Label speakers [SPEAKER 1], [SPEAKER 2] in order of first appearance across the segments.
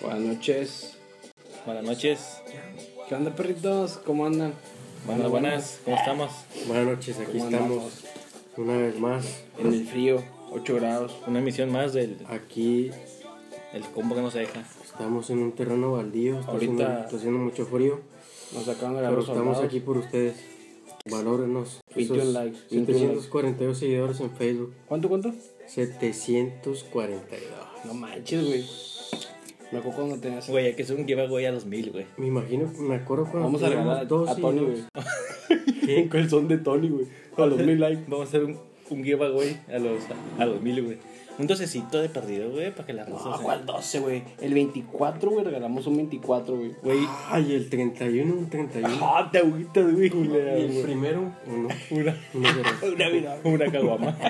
[SPEAKER 1] Buenas noches.
[SPEAKER 2] Buenas noches.
[SPEAKER 1] ¿Qué onda, perritos? ¿Cómo andan?
[SPEAKER 2] Buenas, buenas. ¿Cómo estamos?
[SPEAKER 3] Buenas noches, aquí
[SPEAKER 1] ¿Cómo
[SPEAKER 3] estamos
[SPEAKER 1] andamos?
[SPEAKER 3] una vez más.
[SPEAKER 1] En el frío, 8 grados.
[SPEAKER 2] Una emisión más del
[SPEAKER 3] Aquí
[SPEAKER 2] el combo que no se deja.
[SPEAKER 3] estamos en un terreno baldío, está,
[SPEAKER 2] Ahorita-
[SPEAKER 3] haciendo, está haciendo mucho frío,
[SPEAKER 1] Nos acaban de
[SPEAKER 3] pero
[SPEAKER 1] agarrar
[SPEAKER 3] estamos
[SPEAKER 1] soldados.
[SPEAKER 3] aquí por ustedes. Valórenos.
[SPEAKER 1] 21 likes, 21
[SPEAKER 3] 742 seguidores en Facebook.
[SPEAKER 1] ¿Cuánto, cuánto?
[SPEAKER 3] 742.
[SPEAKER 1] No manches, güey. Me acuerdo cuando tenías...
[SPEAKER 2] Güey, hay que hacer un giveaway a los mil, güey.
[SPEAKER 3] Me imagino, me acuerdo cuando
[SPEAKER 1] pues, Vamos a
[SPEAKER 3] teníamos
[SPEAKER 1] regalar
[SPEAKER 3] dos
[SPEAKER 1] a Tony,
[SPEAKER 3] seguidores.
[SPEAKER 1] güey. Un calzón de Tony, güey. A los mil likes.
[SPEAKER 2] Vamos a hacer un, un giveaway a los, a los mil, güey. Un docecito de perdido, güey, para que la raza
[SPEAKER 1] No,
[SPEAKER 2] se-
[SPEAKER 1] ¿cuál 12, güey? El 24, güey. Regalamos un 24, güey.
[SPEAKER 2] Güey,
[SPEAKER 3] Ay, el 31, un 31.
[SPEAKER 2] ah, te agüitas, güey.
[SPEAKER 3] Y el
[SPEAKER 2] Una,
[SPEAKER 3] primero, uno.
[SPEAKER 2] una,
[SPEAKER 3] uno será.
[SPEAKER 1] vida.
[SPEAKER 2] una caguama.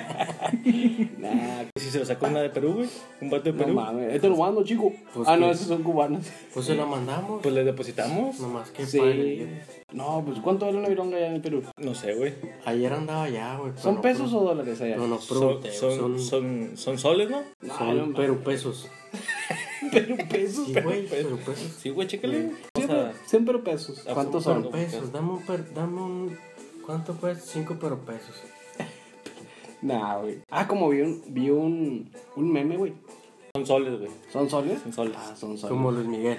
[SPEAKER 1] Nah,
[SPEAKER 2] si se lo sacó una de Perú, güey, un vato de
[SPEAKER 1] no
[SPEAKER 2] Perú,
[SPEAKER 1] mames. Este es cubano, chico.
[SPEAKER 3] Pues
[SPEAKER 1] ah, no,
[SPEAKER 3] que-
[SPEAKER 1] esos son cubanos.
[SPEAKER 3] Pues se la mandamos.
[SPEAKER 2] pues le depositamos.
[SPEAKER 3] Nomás que
[SPEAKER 1] Sí.
[SPEAKER 3] padre.
[SPEAKER 1] No, pues ¿cuánto vale una vironga allá en el Perú?
[SPEAKER 2] No sé, güey.
[SPEAKER 3] Ayer andaba allá, güey. pero
[SPEAKER 1] ¿Son
[SPEAKER 3] no
[SPEAKER 1] pesos
[SPEAKER 3] pro-
[SPEAKER 1] o dólares allá?
[SPEAKER 3] No, no,
[SPEAKER 2] Son,
[SPEAKER 3] pregunté.
[SPEAKER 2] son, son, son soles, ¿no?
[SPEAKER 1] No,
[SPEAKER 3] Son
[SPEAKER 1] no,
[SPEAKER 3] pero pesos.
[SPEAKER 1] pero pesos.
[SPEAKER 3] Sí, güey, pero pesos.
[SPEAKER 2] Sí, güey, chécale. Vamos
[SPEAKER 1] Siempre,
[SPEAKER 2] a-
[SPEAKER 1] siempre pesos.
[SPEAKER 2] Ah,
[SPEAKER 1] ¿Cuántos
[SPEAKER 2] pero-
[SPEAKER 1] son?
[SPEAKER 3] Pero pesos, dame un, per- dame un... ¿Cuánto cuesta? Cinco pero pesos.
[SPEAKER 1] Nah, güey. Ah, como vi un, vi un, un meme, güey.
[SPEAKER 2] son soles, güey.
[SPEAKER 1] ¿Son soles?
[SPEAKER 2] Son soles.
[SPEAKER 1] Ah, son soles.
[SPEAKER 3] Como Luis Miguel.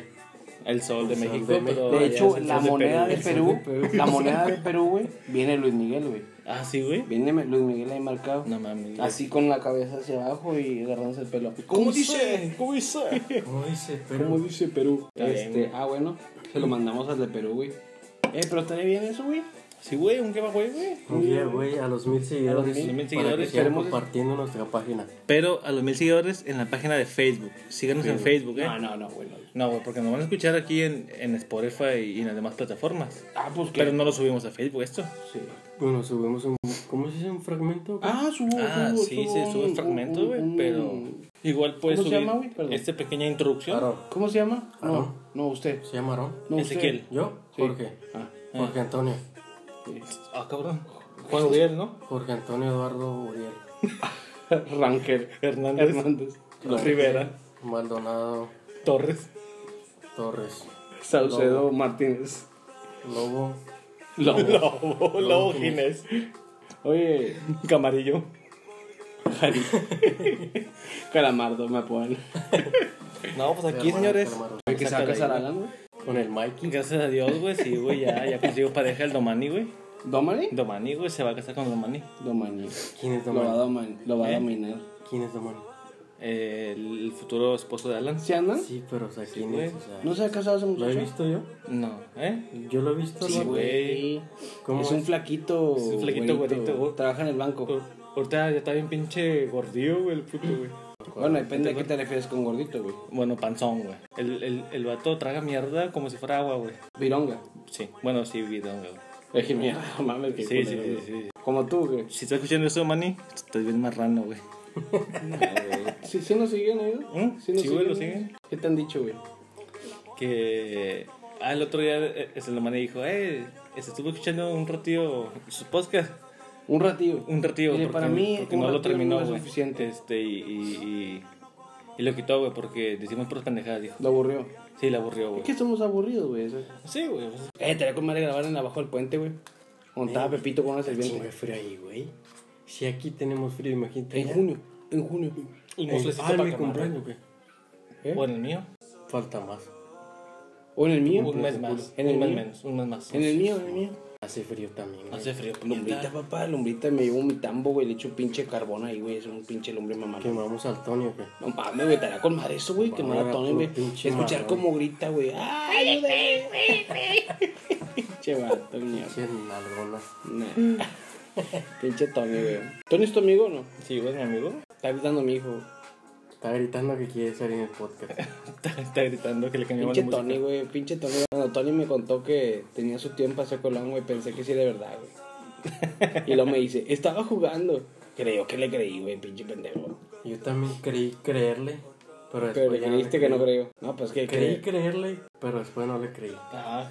[SPEAKER 2] El sol de
[SPEAKER 3] El sol
[SPEAKER 2] México,
[SPEAKER 3] de
[SPEAKER 2] pero.
[SPEAKER 1] De
[SPEAKER 2] allá es
[SPEAKER 1] hecho,
[SPEAKER 2] el
[SPEAKER 1] la
[SPEAKER 2] sol de
[SPEAKER 1] moneda de
[SPEAKER 2] Perú.
[SPEAKER 1] Perú, la moneda de Perú, güey, viene Luis Miguel, güey.
[SPEAKER 2] Ah, sí, güey.
[SPEAKER 1] Viene me- Luis Miguel ahí marcado.
[SPEAKER 2] No mames.
[SPEAKER 1] Así con la cabeza hacia abajo y agarrándose el pelo.
[SPEAKER 2] ¿Cómo dice?
[SPEAKER 3] ¿Cómo dice?
[SPEAKER 1] ¿Cómo
[SPEAKER 3] Pero...
[SPEAKER 1] dice Perú?
[SPEAKER 2] Está bien,
[SPEAKER 1] Este,
[SPEAKER 2] güey.
[SPEAKER 1] ah, bueno, se lo mandamos al de Perú, güey. Eh, pero estaría bien eso, güey.
[SPEAKER 2] Sí, güey, un giveaway, güey.
[SPEAKER 3] Un día, güey, a los mil seguidores.
[SPEAKER 2] mil
[SPEAKER 3] para que
[SPEAKER 2] seguidores
[SPEAKER 3] sigan
[SPEAKER 1] queremos-
[SPEAKER 3] compartiendo nuestra página.
[SPEAKER 2] Pero a los mil seguidores en la página de Facebook. Síganos en Facebook, ¿eh?
[SPEAKER 1] No, no, no, güey. no.
[SPEAKER 2] No, güey, porque nos van a escuchar aquí en, en Spotify y en las demás plataformas.
[SPEAKER 1] Ah, pues que.
[SPEAKER 2] Pero no lo subimos a Facebook, esto.
[SPEAKER 1] Sí.
[SPEAKER 3] Bueno, subimos un... ¿Cómo se dice? ¿Un fragmento?
[SPEAKER 1] Ah, subo,
[SPEAKER 2] Ah,
[SPEAKER 1] subo,
[SPEAKER 2] sí,
[SPEAKER 1] subo
[SPEAKER 2] se sube
[SPEAKER 1] un-
[SPEAKER 2] el fragmento,
[SPEAKER 1] un-
[SPEAKER 2] güey,
[SPEAKER 1] un-
[SPEAKER 2] pero. Igual puedes
[SPEAKER 1] ¿Cómo se
[SPEAKER 2] subir
[SPEAKER 1] llama, güey? Perdón.
[SPEAKER 2] esta pequeña introducción.
[SPEAKER 3] Aarón.
[SPEAKER 1] ¿Cómo se llama? No,
[SPEAKER 3] Aarón.
[SPEAKER 1] no, usted.
[SPEAKER 3] ¿Se llama Aarón?
[SPEAKER 1] No, usted.
[SPEAKER 2] Ezequiel.
[SPEAKER 3] ¿Yo?
[SPEAKER 1] Sí.
[SPEAKER 3] Jorge.
[SPEAKER 1] Ah,
[SPEAKER 3] Jorge Antonio.
[SPEAKER 1] sí.
[SPEAKER 2] Ah, cabrón. Juan Uriel, ¿no?
[SPEAKER 3] Jorge Antonio Eduardo Uriel.
[SPEAKER 1] Rangel.
[SPEAKER 2] Hernández.
[SPEAKER 1] Hernández.
[SPEAKER 2] Rivera.
[SPEAKER 3] Maldonado
[SPEAKER 2] Torres.
[SPEAKER 3] Torres.
[SPEAKER 1] Saucedo Martínez.
[SPEAKER 3] Lobo.
[SPEAKER 1] Lobo.
[SPEAKER 2] Lobo, Oh, Lobo Ginés.
[SPEAKER 1] Oye,
[SPEAKER 2] Camarillo.
[SPEAKER 1] Calamardo me apodan.
[SPEAKER 2] No, pues aquí,
[SPEAKER 3] Hermano,
[SPEAKER 2] señores.
[SPEAKER 3] hermano.
[SPEAKER 1] El que se va a casar Alan, güey.
[SPEAKER 3] Con el Mikey.
[SPEAKER 2] Gracias a Dios, güey, sí, güey, ya, ya consigo pareja el Domani, güey.
[SPEAKER 1] ¿Domani?
[SPEAKER 2] Domani, güey, se va a casar con Domani.
[SPEAKER 1] Domani.
[SPEAKER 3] ¿Quién es
[SPEAKER 1] Lo va a
[SPEAKER 3] Domán?
[SPEAKER 1] dominar. Lo va a
[SPEAKER 2] ¿Eh?
[SPEAKER 1] dominar.
[SPEAKER 3] ¿Quién es Domán?
[SPEAKER 2] Eh, el futuro esposo de Alan.
[SPEAKER 1] ¿Se andan?
[SPEAKER 3] ¿Ah? Sí, pero o sea, ¿quién
[SPEAKER 2] güey.
[SPEAKER 3] es? O sea,
[SPEAKER 1] ¿No se ha casado ese
[SPEAKER 3] ¿Lo he
[SPEAKER 1] muchacho?
[SPEAKER 3] visto yo?
[SPEAKER 2] No, ¿eh?
[SPEAKER 3] Yo lo he visto.
[SPEAKER 2] Sí,
[SPEAKER 3] ¿no?
[SPEAKER 2] güey.
[SPEAKER 3] ¿Cómo
[SPEAKER 1] Es un flaquito.
[SPEAKER 2] Es un flaquito güerito, güey.
[SPEAKER 1] Trabaja en el banco.
[SPEAKER 2] Ahor- Ahorita ya está bien pinche gordillo, güey, el puto, güey.
[SPEAKER 1] Bueno, depende de qué te refieres con gordito, güey.
[SPEAKER 2] Bueno, panzón, güey. El, el, el vato traga mierda como si fuera agua, güey.
[SPEAKER 1] Vironga.
[SPEAKER 2] Sí, bueno, sí, vida, güey.
[SPEAKER 1] Es que mierda, no mames, que
[SPEAKER 2] Sí, sí, sí, sí.
[SPEAKER 1] Como tú, güey.
[SPEAKER 2] Si estás escuchando eso, Manny, estás bien marrano, güey.
[SPEAKER 1] ¿Sí, sí nos siguen ellos?
[SPEAKER 2] ¿Mm?
[SPEAKER 1] nos
[SPEAKER 2] Sí, güey, lo
[SPEAKER 1] ellos?
[SPEAKER 2] siguen.
[SPEAKER 1] ¿Qué te han dicho, güey?
[SPEAKER 2] que ah, el otro día eh, ese lo mandé y dijo, eh, este, estuve escuchando un ratillo su podcast,
[SPEAKER 1] Un ratillo.
[SPEAKER 2] un ratillo,
[SPEAKER 1] Dile,
[SPEAKER 2] porque,
[SPEAKER 1] para mí,
[SPEAKER 2] porque
[SPEAKER 1] un
[SPEAKER 2] no lo
[SPEAKER 1] ratillo
[SPEAKER 2] terminó,
[SPEAKER 1] no es
[SPEAKER 2] güey.
[SPEAKER 1] suficiente.
[SPEAKER 2] Este, y, y, y, y lo quitó, güey, porque decimos puras pendejadas, dijo.
[SPEAKER 1] Lo aburrió.
[SPEAKER 2] Sí, le aburrió, güey.
[SPEAKER 1] Es que somos aburridos, güey. eso.
[SPEAKER 2] Sí, güey. pues,
[SPEAKER 1] Eh, te con madre grabar en abajo del puente, güey. Donde estaba Pepito con una
[SPEAKER 3] Chingo
[SPEAKER 1] serpiente.
[SPEAKER 3] de frío ahí, güey. Si aquí tenemos frío, imagínate.
[SPEAKER 1] En
[SPEAKER 3] allá.
[SPEAKER 1] junio, en junio.
[SPEAKER 2] Un
[SPEAKER 3] Eh,
[SPEAKER 2] moflecito
[SPEAKER 3] ah,
[SPEAKER 2] para
[SPEAKER 3] mi
[SPEAKER 2] camarón.
[SPEAKER 3] cumpleaños, güey.
[SPEAKER 1] ¿Eh?
[SPEAKER 2] O en el mío,
[SPEAKER 3] Falta más.
[SPEAKER 1] O en el mío.
[SPEAKER 2] un mes más,
[SPEAKER 1] En
[SPEAKER 2] un
[SPEAKER 1] el
[SPEAKER 2] mes
[SPEAKER 1] mío.
[SPEAKER 2] menos, un mes más.
[SPEAKER 1] En el mío, en el mío.
[SPEAKER 3] Hace frío también. güey.
[SPEAKER 2] Hace frío,
[SPEAKER 1] Lumbrita,
[SPEAKER 2] puñeta.
[SPEAKER 1] papá, lumbrita, me llevo mi tambo, güey. Le echo pinche carbón ahí, güey. Es un pinche lumbre mamá.
[SPEAKER 3] Quemamos al Antonio, güey.
[SPEAKER 1] No mames, güey, estará con madre eso, güey, que
[SPEAKER 3] Mamá,
[SPEAKER 1] me Tony,
[SPEAKER 3] puro
[SPEAKER 1] güey.
[SPEAKER 3] pinche
[SPEAKER 1] Escuchar
[SPEAKER 3] marrón.
[SPEAKER 1] cómo grita, güey. ¡Ay, ayúdame! Pinche vato, Tony.
[SPEAKER 3] Qué nalgona.
[SPEAKER 1] Nah. Pinche Tony, güey. ¿Tony es tu amigo o no?
[SPEAKER 2] Sí, güey, mi amigo.
[SPEAKER 1] Está gritando mi hijo.
[SPEAKER 3] Está gritando que quiere salir en el podcast.
[SPEAKER 2] Está, está gritando que le cambiamos
[SPEAKER 1] Pinche
[SPEAKER 2] la música.
[SPEAKER 1] Tony, güey. Pinche Tony. Cuando Tony me contó que tenía su tiempo a Colón, güey, pensé que sí de verdad, güey. Y luego me dice, estaba jugando. Creo que le creí, güey, pinche pendejo.
[SPEAKER 3] Yo también creí creerle, pero después.
[SPEAKER 1] Pero le
[SPEAKER 3] Pues, ya
[SPEAKER 1] creíste que
[SPEAKER 3] creí.
[SPEAKER 1] no creo. No, pues que
[SPEAKER 3] Creí
[SPEAKER 1] que-
[SPEAKER 3] creerle, pero después no le creí.
[SPEAKER 2] Ah,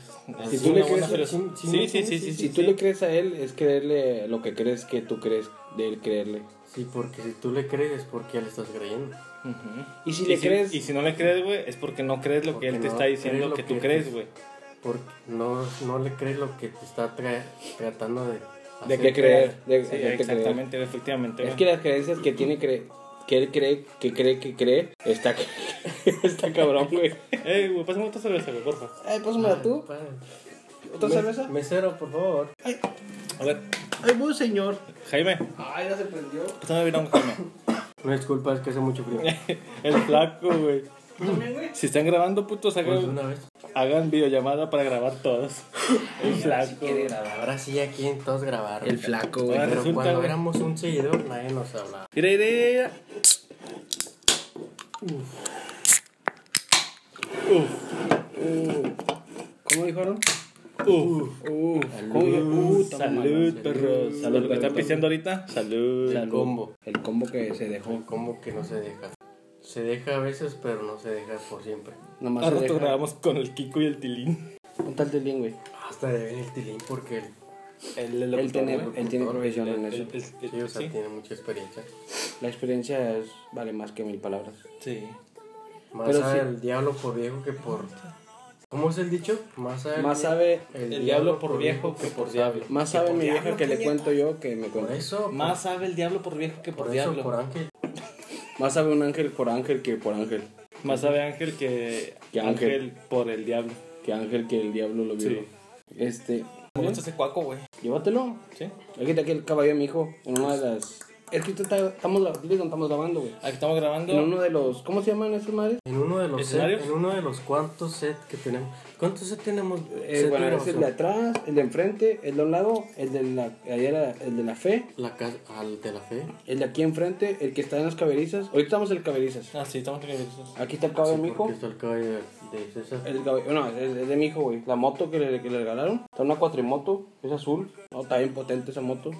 [SPEAKER 1] Si
[SPEAKER 2] es
[SPEAKER 1] tú le
[SPEAKER 2] una buena
[SPEAKER 1] crees-
[SPEAKER 2] filosofía.
[SPEAKER 3] si- si-
[SPEAKER 2] Sí, sí, sí, sí.
[SPEAKER 1] Si
[SPEAKER 2] sí,
[SPEAKER 1] tú
[SPEAKER 2] sí.
[SPEAKER 1] le crees a él, es creerle lo que crees que tú crees de él creerle.
[SPEAKER 3] Sí, porque si tú le crees es porque ya le estás creyendo.
[SPEAKER 2] Ujú.
[SPEAKER 1] Y si le
[SPEAKER 2] si-
[SPEAKER 1] crees-
[SPEAKER 2] y si no le crees, güey, es porque no crees lo
[SPEAKER 3] Porque
[SPEAKER 2] que él te
[SPEAKER 3] no
[SPEAKER 2] está
[SPEAKER 3] crees
[SPEAKER 2] diciendo
[SPEAKER 3] lo
[SPEAKER 2] que
[SPEAKER 3] que
[SPEAKER 2] tú
[SPEAKER 3] te-
[SPEAKER 2] crees, güey.
[SPEAKER 3] Porque no, no le crees lo que te está tra- tratando de
[SPEAKER 1] De
[SPEAKER 3] hacer
[SPEAKER 1] que creer, de,
[SPEAKER 2] Sí,
[SPEAKER 1] hacerte creer.
[SPEAKER 2] exactamente, efectivamente.
[SPEAKER 1] Es
[SPEAKER 2] güey.
[SPEAKER 1] que las creencias que tiene cre- que él cree, que cree, que cree, está, está cabrón, güey.
[SPEAKER 2] Ey, güey, pásame otra cerveza, güey, porfa.
[SPEAKER 1] Ay,
[SPEAKER 3] Ah,
[SPEAKER 1] pásamela tú.
[SPEAKER 3] pa-
[SPEAKER 1] ¿Otra
[SPEAKER 3] Me-
[SPEAKER 1] cerveza?
[SPEAKER 3] Mesero, por favor.
[SPEAKER 2] A ver,
[SPEAKER 1] Ay, buen señor.
[SPEAKER 2] Jaime,
[SPEAKER 1] Ay, ya se prendió.
[SPEAKER 2] pásame bien a un Jaime.
[SPEAKER 3] No disculpa, es que hace mucho frío.
[SPEAKER 2] El flaco, güey. Si están grabando, putos,
[SPEAKER 3] Pues de
[SPEAKER 2] hagan,
[SPEAKER 3] una vez.
[SPEAKER 2] hagan videollamada para grabar todos. El flaco.
[SPEAKER 3] Ahora sí, aquí en todos grabaron.
[SPEAKER 1] El flaco, güey.
[SPEAKER 2] Ah,
[SPEAKER 3] Pero
[SPEAKER 2] resulta,
[SPEAKER 3] cuando
[SPEAKER 2] güey.
[SPEAKER 3] éramos un seguidor, nadie nos hablaba.
[SPEAKER 2] Mira, mira, mira.
[SPEAKER 1] ¿Cómo dijeron?
[SPEAKER 2] mira. Uf.
[SPEAKER 1] Uh,
[SPEAKER 2] Uh,
[SPEAKER 1] uh,
[SPEAKER 2] salud, perro.
[SPEAKER 1] Salud,
[SPEAKER 2] Salud. ¿Lo que
[SPEAKER 1] perro.
[SPEAKER 2] están pisteando ahorita? Salud.
[SPEAKER 1] Salud.
[SPEAKER 3] combo.
[SPEAKER 1] El combo que se dejó.
[SPEAKER 3] ¿Cómo que no se deja? Se deja a veces, pero no se deja por siempre.
[SPEAKER 1] Nomás
[SPEAKER 2] Al
[SPEAKER 1] se
[SPEAKER 2] rato
[SPEAKER 1] deja.
[SPEAKER 2] grabamos con el Kiko y el Tilín.
[SPEAKER 1] Ponte el tilín, güey.
[SPEAKER 3] Hasta de venir el tilín porque él,
[SPEAKER 2] El, el
[SPEAKER 1] Él tiene,
[SPEAKER 2] locutor,
[SPEAKER 1] él tiene
[SPEAKER 3] locutor,
[SPEAKER 1] profesión
[SPEAKER 2] güey.
[SPEAKER 1] en
[SPEAKER 2] El-
[SPEAKER 1] eso.
[SPEAKER 2] el- el-
[SPEAKER 3] sí, o sea,
[SPEAKER 2] sí.
[SPEAKER 3] tiene mucha experiencia.
[SPEAKER 1] La experiencia es, vale más que mil palabras.
[SPEAKER 2] Sí.
[SPEAKER 3] Más
[SPEAKER 1] Pero
[SPEAKER 3] sabe
[SPEAKER 1] sí.
[SPEAKER 3] el diablo por viejo que por... ¿Cómo es el dicho? Más sabe, el
[SPEAKER 1] Más
[SPEAKER 3] die-
[SPEAKER 1] sabe
[SPEAKER 2] el diablo por viejo que por diablo.
[SPEAKER 1] Más
[SPEAKER 3] Que
[SPEAKER 1] sabe
[SPEAKER 3] por
[SPEAKER 1] mi vieja
[SPEAKER 3] diablo,
[SPEAKER 1] que le
[SPEAKER 3] puñeta.
[SPEAKER 1] cuento yo que me
[SPEAKER 3] Por
[SPEAKER 1] cuenta.
[SPEAKER 3] eso, por-
[SPEAKER 2] Más sabe el diablo por viejo que
[SPEAKER 3] por,
[SPEAKER 2] por,
[SPEAKER 3] eso,
[SPEAKER 2] diablo.
[SPEAKER 3] por ángel.
[SPEAKER 1] Más sabe un ángel por ángel que por ángel.
[SPEAKER 2] Más sabe Ángel que,
[SPEAKER 1] Que ángel.
[SPEAKER 2] ángel por el diablo.
[SPEAKER 1] Que ángel que el diablo lo vio.
[SPEAKER 2] Sí.
[SPEAKER 1] Este,
[SPEAKER 2] Esto hace cuaco, güey.
[SPEAKER 1] llévatelo.
[SPEAKER 2] Sí.
[SPEAKER 1] Aquí está aquí el caballo de mi hijo. En una de las. Es que está- estamos, la- dile dónde estamos grabando, güey.
[SPEAKER 2] Aquí estamos
[SPEAKER 1] En
[SPEAKER 2] grabando.
[SPEAKER 1] uno de los. ¿Cómo se llaman esos madres?
[SPEAKER 3] En uno de los set,
[SPEAKER 2] ¿Escenarios?
[SPEAKER 3] en uno de los cuantos set que tenemos. ¿Cuántos set tenemos?
[SPEAKER 1] Eh,
[SPEAKER 3] Set
[SPEAKER 1] bueno,
[SPEAKER 3] de
[SPEAKER 1] es el
[SPEAKER 3] grabación.
[SPEAKER 1] de atrás, el de enfrente, el de un lado, el de la, ahí era el de la fe,
[SPEAKER 3] la casa al de la fe.
[SPEAKER 1] el de aquí enfrente, el que está en las caberizas. Ahorita estamos en las caberizas.
[SPEAKER 2] Ah, sí, estamos grabando.
[SPEAKER 1] Aquí está el caballo de mi hijo.
[SPEAKER 3] Porque está el caballo de, de César.
[SPEAKER 1] El caballo, bueno, es, es de mi hijo, güey. La moto que le, que le regalaron. Está una cuatrimoto, es azul. No, está bien potente esa moto.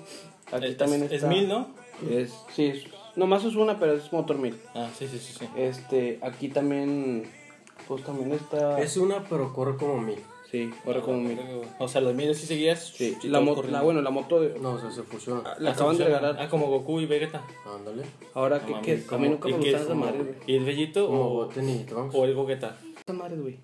[SPEAKER 1] Aquí
[SPEAKER 2] Es,
[SPEAKER 1] también
[SPEAKER 2] es
[SPEAKER 1] está.
[SPEAKER 2] mil, ¿no?
[SPEAKER 1] Es, sí, es, nomás es una, pero es motor mil.
[SPEAKER 2] Ah, sí, sí, sí. sí.
[SPEAKER 1] Este, aquí también, pues también está.
[SPEAKER 3] Ah. Es una, pero corre como mil.
[SPEAKER 1] Sí, corre como mil.
[SPEAKER 2] O sea, los mil sí seguías.
[SPEAKER 1] Sí,
[SPEAKER 2] Sí,
[SPEAKER 1] la
[SPEAKER 2] todo
[SPEAKER 1] moto,
[SPEAKER 2] corriendo.
[SPEAKER 1] la, bueno, la moto de-
[SPEAKER 3] No, o sea, se fusiona.
[SPEAKER 1] la
[SPEAKER 2] Ah,
[SPEAKER 1] acaban de
[SPEAKER 2] funciona.
[SPEAKER 1] regalar.
[SPEAKER 2] Ah, como Goku y Vegeta.
[SPEAKER 3] Ándale.
[SPEAKER 1] Ahora
[SPEAKER 2] No
[SPEAKER 1] que,
[SPEAKER 2] mames,
[SPEAKER 1] que a mí
[SPEAKER 2] como-
[SPEAKER 1] nunca me
[SPEAKER 2] ¿y qué
[SPEAKER 1] gustaron
[SPEAKER 2] es?
[SPEAKER 1] esas madres, güey.
[SPEAKER 2] ¿Y el
[SPEAKER 1] Oh.
[SPEAKER 2] Bellito
[SPEAKER 3] Como
[SPEAKER 2] o,
[SPEAKER 3] boten y vamos.
[SPEAKER 2] o el Gogeta?
[SPEAKER 1] Esas madres, güey.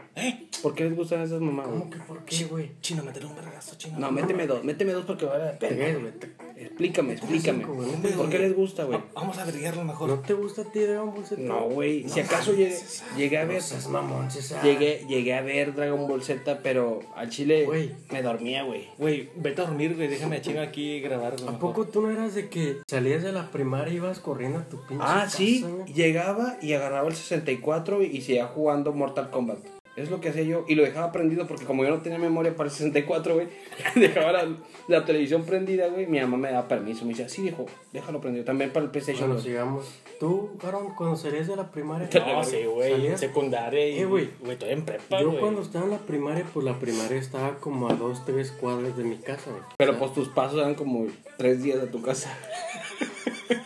[SPEAKER 1] ¿Por qué les gustan esas mamadas? güey?
[SPEAKER 3] ¿Cómo que por qué, güey?
[SPEAKER 2] Chino, meter un vergazo, chino.
[SPEAKER 1] No, méteme dos, méteme dos porque vale la pena.
[SPEAKER 3] Verga, güey, te-
[SPEAKER 1] Explícame, explícame.
[SPEAKER 3] cinco, güey, méteme
[SPEAKER 1] ¿Por qué les gusta, güey?
[SPEAKER 2] Ah, Vamos a averiguarlo mejor.
[SPEAKER 3] ¿No te gusta a ti Dragon Ball Z?
[SPEAKER 1] No, güey. Si acaso llegué, llegué a ver.
[SPEAKER 3] Seas mamón, César.
[SPEAKER 1] Llegué, llegué a ver Dragon Ball Z, pero al chile
[SPEAKER 3] Güey.
[SPEAKER 1] me dormía, güey.
[SPEAKER 2] Güey, vete a dormir, güey. Déjame a Chino aquí grabar. güey,
[SPEAKER 3] ¿A
[SPEAKER 2] mejor.
[SPEAKER 3] poco tú no eras de que salías de la primaria y ibas corriendo a tu pinche
[SPEAKER 1] Ah, sí,
[SPEAKER 3] casa, güey?
[SPEAKER 1] llegaba y agarraba el 64 y seguía jugando Mortal Kombat. Es lo que hacía yo y lo dejaba prendido porque como yo no tenía memoria para el 64, güey, dejaba la, la televisión prendida, güey. Mi mamá me daba permiso, me decía, sí, hijo, déjalo prendido. También para el PlayStation.
[SPEAKER 3] Bueno,
[SPEAKER 1] güey.
[SPEAKER 3] sigamos. Tú, Aaron, cuando salías de la primaria.
[SPEAKER 2] No, sí, güey. En
[SPEAKER 3] salías-
[SPEAKER 2] secundaria y.
[SPEAKER 3] Eh,
[SPEAKER 2] güey.
[SPEAKER 3] güey.
[SPEAKER 2] Güey, todavía en prepa,
[SPEAKER 3] Yo
[SPEAKER 2] güey.
[SPEAKER 3] cuando estaba en la primaria, pues la primaria estaba como a dos, tres cuadras de mi casa, güey.
[SPEAKER 1] Pero pues tus pasos eran como tres días a tu casa.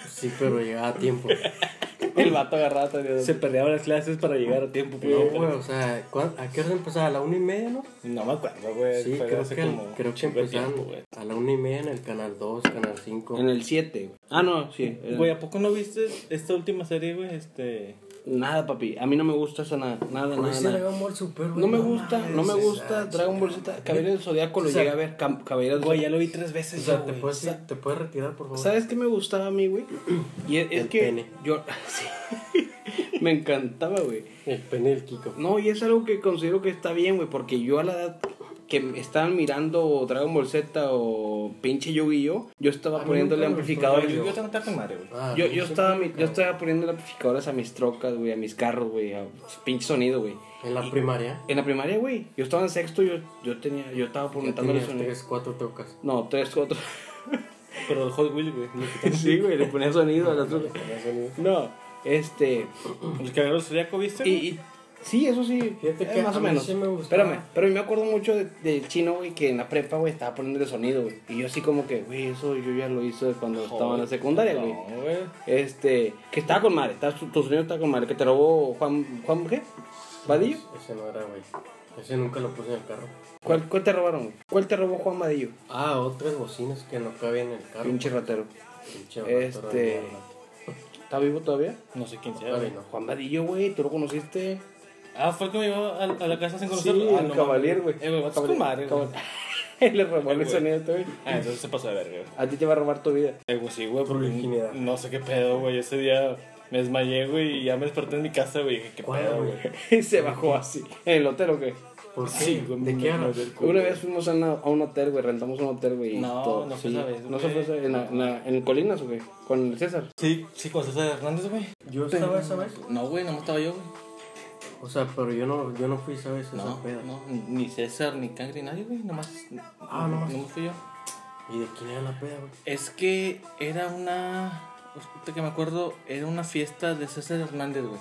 [SPEAKER 3] Sí, pero llegaba a tiempo.
[SPEAKER 2] El vato agarraba todavía. Se perdeaba las clases para llegar a tiempo,
[SPEAKER 3] No,
[SPEAKER 2] pero.
[SPEAKER 3] güey, o sea, ¿cuán- ¿a qué hora empezaba? ¿A la una y media, no?
[SPEAKER 2] No me acuerdo, güey.
[SPEAKER 3] Sí,
[SPEAKER 2] fue
[SPEAKER 3] creo
[SPEAKER 2] Eh, pues, hace
[SPEAKER 3] que, al-
[SPEAKER 2] como
[SPEAKER 3] creo que
[SPEAKER 2] chingo de
[SPEAKER 3] empezaban
[SPEAKER 2] tiempo, güey.
[SPEAKER 3] a la una y media en el canal 2, canal 5.
[SPEAKER 1] En el 7, güey. Ah, no, sí. era-
[SPEAKER 2] Güey, ¿a poco no viste esta última serie, güey? Este.
[SPEAKER 1] Nada, papi. A mí no me gusta esa nada, nada,
[SPEAKER 3] Oye,
[SPEAKER 1] nada.
[SPEAKER 3] ese
[SPEAKER 1] nada.
[SPEAKER 3] Dragon Ball Super, güey,
[SPEAKER 1] No me gusta, no me
[SPEAKER 3] mames,
[SPEAKER 1] gusta
[SPEAKER 3] esa
[SPEAKER 1] Dragon Ball Z. Caballero del Zodiaco lo
[SPEAKER 3] O sea,
[SPEAKER 1] llegué a ver. Cam- Caballero del
[SPEAKER 2] Güey, ya lo vi tres veces.
[SPEAKER 3] O sea,
[SPEAKER 2] yo,
[SPEAKER 3] ¿te
[SPEAKER 2] güey.
[SPEAKER 3] puedes, ir- ¿te puedes retirar, por favor?
[SPEAKER 1] ¿Sabes qué me gustaba a mí, güey? Y es, es
[SPEAKER 3] El
[SPEAKER 1] que
[SPEAKER 3] pene.
[SPEAKER 1] yo sí. me encantaba, güey.
[SPEAKER 3] El pene del Kiko.
[SPEAKER 1] No, y es algo que considero que está bien, güey, porque yo a la edad que me estaban mirando Dragon Ball Z o pinche Yu-Gi-Oh, yo
[SPEAKER 3] A
[SPEAKER 1] estaba
[SPEAKER 3] mí
[SPEAKER 1] poniéndole
[SPEAKER 3] nunca me
[SPEAKER 1] amplificador.
[SPEAKER 2] Yo
[SPEAKER 3] gustó
[SPEAKER 2] yo tengo tanta madre, güey.
[SPEAKER 3] Ah,
[SPEAKER 1] Yo,
[SPEAKER 3] no
[SPEAKER 1] yo
[SPEAKER 3] sé
[SPEAKER 1] estaba,
[SPEAKER 3] por
[SPEAKER 1] mi-
[SPEAKER 3] qué,
[SPEAKER 1] yo
[SPEAKER 3] cabrón.
[SPEAKER 1] estaba poniéndole amplificadores a mis trocas, güey, a mis carros, güey, a pinche sonido, güey.
[SPEAKER 3] En la primaria.
[SPEAKER 1] En la primaria, güey, yo estaba en sexto, yo, yo tenía, yo estaba
[SPEAKER 3] Ya
[SPEAKER 1] preguntándole
[SPEAKER 3] tenías
[SPEAKER 1] sonido.
[SPEAKER 3] 3, 4 tocas.
[SPEAKER 1] No, tres, cuatro.
[SPEAKER 2] Pero el Hot Wheels, güey. lo quitamos.
[SPEAKER 1] sí, güey, le ponía sonido a las trocas. No, este,
[SPEAKER 2] El caballero zodiaco, ¿viste?
[SPEAKER 1] Y,
[SPEAKER 2] güey?
[SPEAKER 1] y- sí, eso sí,
[SPEAKER 3] Fíjate
[SPEAKER 1] eh,
[SPEAKER 3] que
[SPEAKER 1] más
[SPEAKER 3] a
[SPEAKER 1] o
[SPEAKER 3] mí
[SPEAKER 1] menos.
[SPEAKER 3] sí me gustaba.
[SPEAKER 1] Espérame, pero yo me acuerdo mucho de- del chino, güey, que en la prepa, güey, estaba poniéndole sonido, güey. Y yo así como que, güey, eso yo ya lo hice cuando estaba en la secundaria, güey.
[SPEAKER 2] No, güey.
[SPEAKER 1] Este, que estaba con madre, estaba, tu tu sonido estaba con madre, que te robó Juan, Juan, ¿qué? ¿Vadillo?
[SPEAKER 3] Ese no era, güey. Ese nunca lo puse en el carro.
[SPEAKER 1] ¿Cuál, cuál te robaron? güey? ¿Cuál te robó Juan Vadillo?
[SPEAKER 3] Ah, otras bocinas que no cabían en el carro.
[SPEAKER 1] Pinche ratero.
[SPEAKER 3] Pinche vato
[SPEAKER 1] Este.
[SPEAKER 3] raro.
[SPEAKER 1] ¿Está vivo todavía?
[SPEAKER 2] No sé quién sea,
[SPEAKER 3] Ay,
[SPEAKER 2] güey.
[SPEAKER 3] no.
[SPEAKER 1] Juan Vadillo, güey, tú lo conociste.
[SPEAKER 2] Ah, fue el que me llevó a, a la casa sin
[SPEAKER 1] Sí,
[SPEAKER 2] conocerlo. ah,
[SPEAKER 1] el
[SPEAKER 2] no,
[SPEAKER 1] Cavalier, güey.
[SPEAKER 2] Eh, güey, vas a
[SPEAKER 1] Cavalier,
[SPEAKER 2] madre, güey.
[SPEAKER 1] Cavalier. Le robó el
[SPEAKER 2] güey.
[SPEAKER 1] sonido, este, güey.
[SPEAKER 2] Ah, entonces se pasó de verga, güey.
[SPEAKER 1] A ti te va a robar tu vida.
[SPEAKER 2] Eh, güey, sí, güey,
[SPEAKER 3] Por
[SPEAKER 2] porque
[SPEAKER 3] virginidad.
[SPEAKER 2] No sé qué pedo, güey. Ese día me desmayé, güey, y ya me desperté en mi casa, güey. Dije, ¿Qué
[SPEAKER 3] ¿Cuál,
[SPEAKER 2] pedo,
[SPEAKER 3] güey?
[SPEAKER 2] güey?
[SPEAKER 1] Y se bajó así. En el hotel, ¿o qué?
[SPEAKER 3] ¿Por qué?
[SPEAKER 2] Sí, güey,
[SPEAKER 3] ¿De
[SPEAKER 2] me-
[SPEAKER 3] qué
[SPEAKER 2] me-
[SPEAKER 3] hablas?
[SPEAKER 2] me-
[SPEAKER 1] Una vez fuimos a, una- a un hotel, güey, rentamos un hotel, güey. y
[SPEAKER 2] No,
[SPEAKER 1] todo.
[SPEAKER 2] no fue esa vez,
[SPEAKER 1] No se
[SPEAKER 2] güey.
[SPEAKER 1] fue esa- en, la- en, la- en Colinas, ¿o qué? Con el César.
[SPEAKER 2] Sí, sí, con César Hernández, güey.
[SPEAKER 3] Yo estaba esa vez.
[SPEAKER 2] No, güey, no estaba yo, güey.
[SPEAKER 3] O sea, pero yo no, yo no fui esa vez a esa
[SPEAKER 2] No,
[SPEAKER 3] peda.
[SPEAKER 2] no, ni César, ni Cangri, nadie, güey. Nomás.
[SPEAKER 3] Ah, nomás.
[SPEAKER 2] Nomás fui yo.
[SPEAKER 3] ¿Y de quién era la peda, güey?
[SPEAKER 2] Es que era una. Ahorita que me acuerdo, era una fiesta de César Hernández, güey.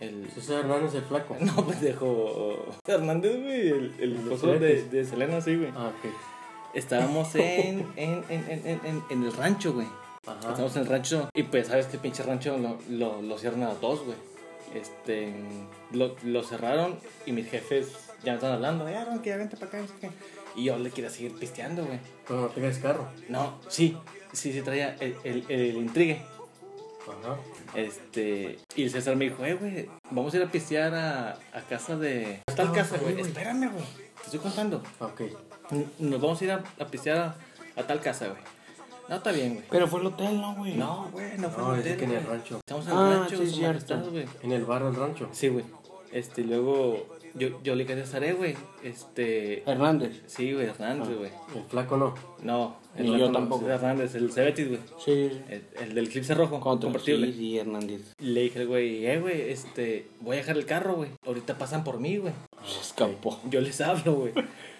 [SPEAKER 2] El.
[SPEAKER 3] César Hernández el flaco.
[SPEAKER 2] No, pendejo. Hernández, güey. El, el
[SPEAKER 3] Los
[SPEAKER 2] esposo de,
[SPEAKER 3] filetes.
[SPEAKER 2] de Selena, sí, güey.
[SPEAKER 3] Ah, ok.
[SPEAKER 2] Estábamos en, en, en, en, en, en- en el rancho, güey.
[SPEAKER 3] Ajá.
[SPEAKER 2] Estábamos en el rancho. Y pues, ¿sabes qué pinche rancho lo, lo, lo cierran a las dos, güey? Este. Lo, lo cerraron y mis jefes ya me estaban hablando. Ya, no, que ya vente para acá, no sé qué. Y yo le quería seguir pisteando, güey.
[SPEAKER 3] Pero no tengas carro.
[SPEAKER 2] No, sí, sí, sí traía el, el, el intrigue.
[SPEAKER 3] Ajá.
[SPEAKER 2] Este, y el César me dijo, eh, güey, vamos a ir a pistear a, a casa de. a tal casa, Ah, güey. Espérame, güey. Te estoy contando.
[SPEAKER 3] Ah, Ok.
[SPEAKER 2] N- Nos vamos a ir a, a pistear a, a tal casa, güey. No, está bien, güey.
[SPEAKER 1] Pero fue el hotel, ¿no, güey?
[SPEAKER 2] No, güey, no fue
[SPEAKER 3] No,
[SPEAKER 2] al
[SPEAKER 3] es
[SPEAKER 2] hotel,
[SPEAKER 3] que en el
[SPEAKER 2] güey.
[SPEAKER 3] rancho.
[SPEAKER 2] Estamos en el
[SPEAKER 1] Ah,
[SPEAKER 2] rancho,
[SPEAKER 1] sí, es
[SPEAKER 2] su
[SPEAKER 1] cierto.
[SPEAKER 2] majestad, güey.
[SPEAKER 3] En el bar del rancho.
[SPEAKER 2] Sí, güey. Este, y luego yo, yo le contestaré, güey. Este.
[SPEAKER 1] Hernández.
[SPEAKER 2] Sí, güey, Hernández, güey.
[SPEAKER 3] El flaco no.
[SPEAKER 2] No,
[SPEAKER 1] Ni yo
[SPEAKER 2] otro no,
[SPEAKER 1] tampoco.
[SPEAKER 2] Hernández, el Cebetis, güey.
[SPEAKER 1] Sí, sí.
[SPEAKER 2] El, el del clipse rojo,
[SPEAKER 1] Convertible.
[SPEAKER 2] convertible.
[SPEAKER 1] Sí, sí, Hernández.
[SPEAKER 2] Le dije al güey, eh, güey, este, voy a dejar el carro, güey. Ahorita pasan por mí, güey.
[SPEAKER 1] Se escapó.
[SPEAKER 2] Yo les hablo, güey.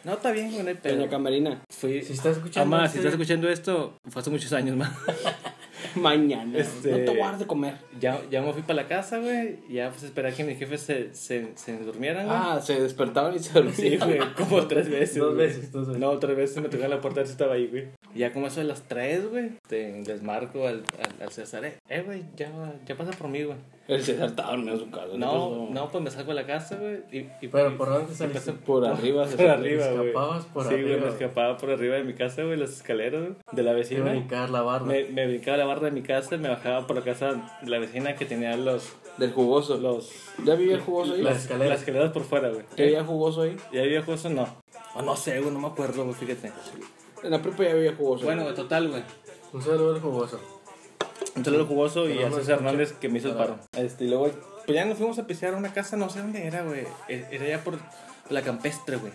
[SPEAKER 2] No, está bien, güey, no hay
[SPEAKER 1] Doña
[SPEAKER 2] pedo.
[SPEAKER 1] Camerina.
[SPEAKER 2] Fui...
[SPEAKER 3] Si estás escuchando
[SPEAKER 2] Amá, si
[SPEAKER 3] este-
[SPEAKER 2] estás escuchando esto, fue hace muchos años, man.
[SPEAKER 1] Mañana.
[SPEAKER 2] Este-
[SPEAKER 1] No te guardes de comer.
[SPEAKER 2] ya, ya me fui para la casa, güey. Ya, pues, esperé a que mis jefes se, se, se durmieran, güey.
[SPEAKER 1] Ah, se despertaban y se dormían.
[SPEAKER 2] Sí, güey, como tres veces.
[SPEAKER 3] Dos
[SPEAKER 2] güey.
[SPEAKER 3] veces, dos veces.
[SPEAKER 2] No, tres veces me tocaba la puerta, él estaba ahí, güey. Ya como eso de las tres, güey, te desmarco al, al, al César. Eh, eh, güey, ya, ya pasa por mí, güey.
[SPEAKER 1] El César estaba dormido en su casa.
[SPEAKER 2] No, no, pues me salgo de la casa, güey. Y, y,
[SPEAKER 3] Pero por dónde
[SPEAKER 2] y
[SPEAKER 3] saliste?
[SPEAKER 2] paso
[SPEAKER 1] Por arriba. se
[SPEAKER 2] por
[SPEAKER 1] fue.
[SPEAKER 2] arriba, güey.
[SPEAKER 3] escapabas por
[SPEAKER 2] sí, güey,
[SPEAKER 3] arriba.
[SPEAKER 2] me escapaba por arriba de mi casa, güey, las escaleras güey, de la
[SPEAKER 3] Te iba a
[SPEAKER 2] vecina.
[SPEAKER 3] brincar la barra.
[SPEAKER 2] Me, me brincaba la barra de mi casa, me bajaba por la casa de la vecina que tenía los,
[SPEAKER 1] Del jugoso.
[SPEAKER 2] los,
[SPEAKER 1] ¿Ya vivía el jugoso ahí?
[SPEAKER 3] Las
[SPEAKER 2] las,
[SPEAKER 3] escaleras.
[SPEAKER 2] las escaleras por fuera, güey.
[SPEAKER 1] ¿Ya había jugoso ahí?
[SPEAKER 2] ¿Y había juegos o no? O Ah, no sé, güey, no me acuerdo, güey, fíjate.
[SPEAKER 1] En la prepa ya había jugoso.
[SPEAKER 2] Bueno, güey, total, güey.
[SPEAKER 3] Un saludo al jugoso.
[SPEAKER 2] Un saludo jugoso y
[SPEAKER 3] Pero
[SPEAKER 2] a
[SPEAKER 3] no
[SPEAKER 2] César
[SPEAKER 3] escucha.
[SPEAKER 2] Hernández que me hizo el
[SPEAKER 3] Claro.
[SPEAKER 2] paro. Este, y luego, pues ya nos fuimos a pisear a una casa, no sé dónde era, güey. E- Era ya por la campestre, güey.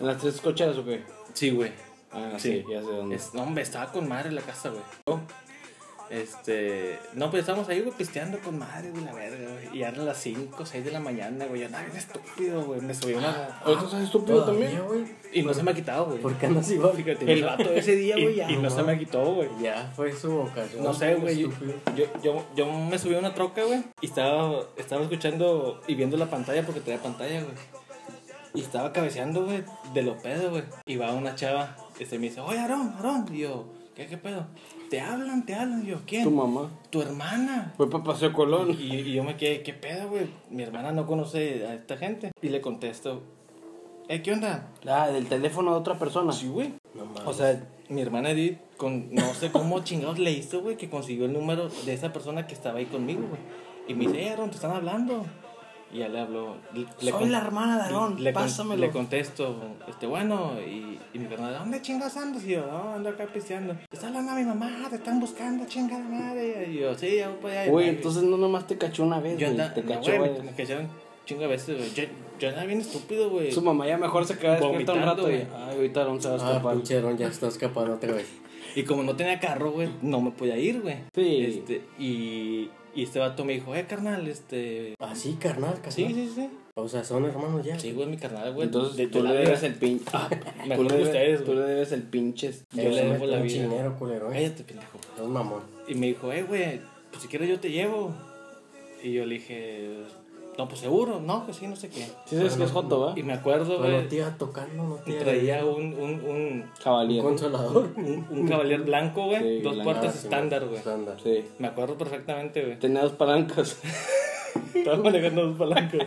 [SPEAKER 1] ¿En las tres cocheras o qué?
[SPEAKER 2] Sí, güey.
[SPEAKER 1] Ah,
[SPEAKER 2] Sí.
[SPEAKER 1] sí, ya sé dónde.
[SPEAKER 2] Es- no, hombre, estaba con madre la casa, güey. No, Este. No, pues estábamos ahí, güey, pisteando con madre, güey, la verga, güey. Y ya eran las 5, 6 de la mañana, güey. Yo andaba bien estúpido, güey. Me subí una.
[SPEAKER 1] ¿Ahorita estás estúpido
[SPEAKER 3] Todavía,
[SPEAKER 1] también?
[SPEAKER 3] güey.
[SPEAKER 2] Y no se me ha quitado, güey.
[SPEAKER 3] ¿Por qué andas igual?
[SPEAKER 2] Fíjate,
[SPEAKER 1] El
[SPEAKER 2] no-
[SPEAKER 1] vato ese día,
[SPEAKER 2] y-
[SPEAKER 1] güey, ya,
[SPEAKER 2] Y no
[SPEAKER 1] no
[SPEAKER 2] se me quitó, güey.
[SPEAKER 3] Ya, fue su ocasión.
[SPEAKER 2] No sé, güey. Yo,
[SPEAKER 3] Estúpido.
[SPEAKER 2] yo, yo, yo me subí a una troca, güey. Y estaba, estaba escuchando y viendo la pantalla porque tenía pantalla, güey. Y estaba cabeceando, güey, de los pedos, güey. Y va una chava que se me dice, oye, Aarón, Aarón. Y yo, ¿qué, qué pedo? Te hablan, te hablan. Y yo, ¿quién?
[SPEAKER 1] Tu
[SPEAKER 2] Tu,
[SPEAKER 1] mamá.
[SPEAKER 2] hermana.
[SPEAKER 1] Fue para Paseo Colón.
[SPEAKER 2] Y, y yo me quedé, ¿qué pedo, güey? Mi hermana no conoce a esta gente. Y le contesto, "Eh, ¿qué onda?
[SPEAKER 1] Ah, del teléfono de otra persona.
[SPEAKER 2] Sí, güey.
[SPEAKER 3] No mames.
[SPEAKER 2] O sea, mi hermana Edith, con, no sé cómo chingados le hizo, güey, que consiguió el número de esa persona que estaba ahí conmigo, güey. Y me dice, "Eh, Aaron, te están hablando. Y ya le habló. Le, le
[SPEAKER 1] Soy
[SPEAKER 2] con-
[SPEAKER 1] la hermana de Aarón,
[SPEAKER 2] le con-
[SPEAKER 1] pásamelo.
[SPEAKER 2] le contesto, este, bueno, y, y mi hermana, ¿dónde chingados andas? Y yo, no, ando acá pisteando. Está hablando a mi mamá, te están buscando, chingada madre. Y yo, sí, ya voy para allá.
[SPEAKER 1] Güey,
[SPEAKER 2] Y-
[SPEAKER 1] entonces no nomás te cachó una vez,
[SPEAKER 2] yo
[SPEAKER 1] güey.
[SPEAKER 2] andaba,
[SPEAKER 1] Te
[SPEAKER 2] no,
[SPEAKER 1] cachó,
[SPEAKER 2] güey,
[SPEAKER 1] güey.
[SPEAKER 2] me, me cacharon chingo de veces, güey. Yo, yo andaba bien estúpido, güey.
[SPEAKER 1] Su mamá ya mejor se queda despierta un
[SPEAKER 2] Vomitando,
[SPEAKER 1] rato, güey.
[SPEAKER 2] güey.
[SPEAKER 1] Ay, ahorita Aarón se va a
[SPEAKER 3] Ah,
[SPEAKER 1] escapar.
[SPEAKER 3] pinche Aaron ya está escapando otra vez.
[SPEAKER 2] Y como no tenía carro, güey, no me podía ir, güey.
[SPEAKER 1] Sí.
[SPEAKER 2] Este, y, y este vato me dijo, eh, carnal, este...
[SPEAKER 3] Ah, sí, carnal, casi.
[SPEAKER 2] Sí, sí, sí.
[SPEAKER 3] O sea, son hermanos ya.
[SPEAKER 2] Sí, güey, mi carnal, güey.
[SPEAKER 1] Entonces
[SPEAKER 2] de- de
[SPEAKER 1] tú
[SPEAKER 2] la
[SPEAKER 1] le
[SPEAKER 2] vida.
[SPEAKER 1] debes el pinche.
[SPEAKER 2] me
[SPEAKER 1] tú, le
[SPEAKER 2] acuerdo Ah, de ustedes,
[SPEAKER 1] debes, tú
[SPEAKER 2] güey.
[SPEAKER 1] le debes el pinche.
[SPEAKER 2] Yo le debo la
[SPEAKER 3] un
[SPEAKER 2] vida.
[SPEAKER 3] chinero, culero, eh.
[SPEAKER 2] Cállate, pendejo.
[SPEAKER 3] Es mamón.
[SPEAKER 2] Y me dijo, eh, güey, pues si quieres yo te llevo. Y yo le dije, no, pues seguro, no, que sí, no sé qué.
[SPEAKER 1] Sí, sabes que es Joto, ¿va?
[SPEAKER 2] Y me acuerdo,
[SPEAKER 3] Pero no te
[SPEAKER 2] güey,
[SPEAKER 3] iba tocando, no te iba
[SPEAKER 2] traía un, un, un,
[SPEAKER 1] Caballero.
[SPEAKER 3] Consolador.
[SPEAKER 2] un, un caballero blanco, güey.
[SPEAKER 1] Sí,
[SPEAKER 2] dos
[SPEAKER 1] blanco.
[SPEAKER 2] puertas
[SPEAKER 3] Ah, sí,
[SPEAKER 2] estándar, güey.
[SPEAKER 3] Estándar.
[SPEAKER 1] Sí.
[SPEAKER 2] Me acuerdo perfectamente, güey.
[SPEAKER 1] Tenía dos palancas.
[SPEAKER 2] Estaba manejando dos palancas.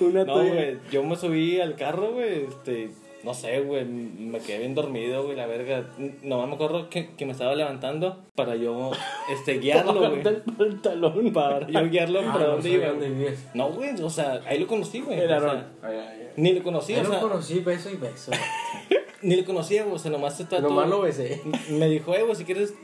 [SPEAKER 1] una
[SPEAKER 2] No,
[SPEAKER 1] tuya.
[SPEAKER 2] güey, yo me subí al carro, güey, este, No sé, güey, me quedé bien dormido, güey, la verga. No me acuerdo que, que me estaba levantando para yo este, guiarlo, güey.
[SPEAKER 4] el pantalón.
[SPEAKER 2] Para yo guiarlo
[SPEAKER 3] Ah,
[SPEAKER 2] para
[SPEAKER 3] no
[SPEAKER 2] dónde
[SPEAKER 3] sabía
[SPEAKER 2] iba.
[SPEAKER 3] dónde
[SPEAKER 2] güey.
[SPEAKER 3] vivías.
[SPEAKER 2] No, güey, o sea, ahí lo conocí, güey.
[SPEAKER 4] El
[SPEAKER 1] Pues,
[SPEAKER 2] o sea,
[SPEAKER 4] Aarón.
[SPEAKER 1] Ay, ay, ay.
[SPEAKER 2] ni lo conocía,
[SPEAKER 4] Yo
[SPEAKER 2] o
[SPEAKER 4] lo
[SPEAKER 2] sea,
[SPEAKER 4] conocí beso y beso.
[SPEAKER 2] ni lo conocía, güey, o sea, nomás se trató.
[SPEAKER 4] Nomás lo besé.
[SPEAKER 2] Me dijo, eh, güey, si quieres,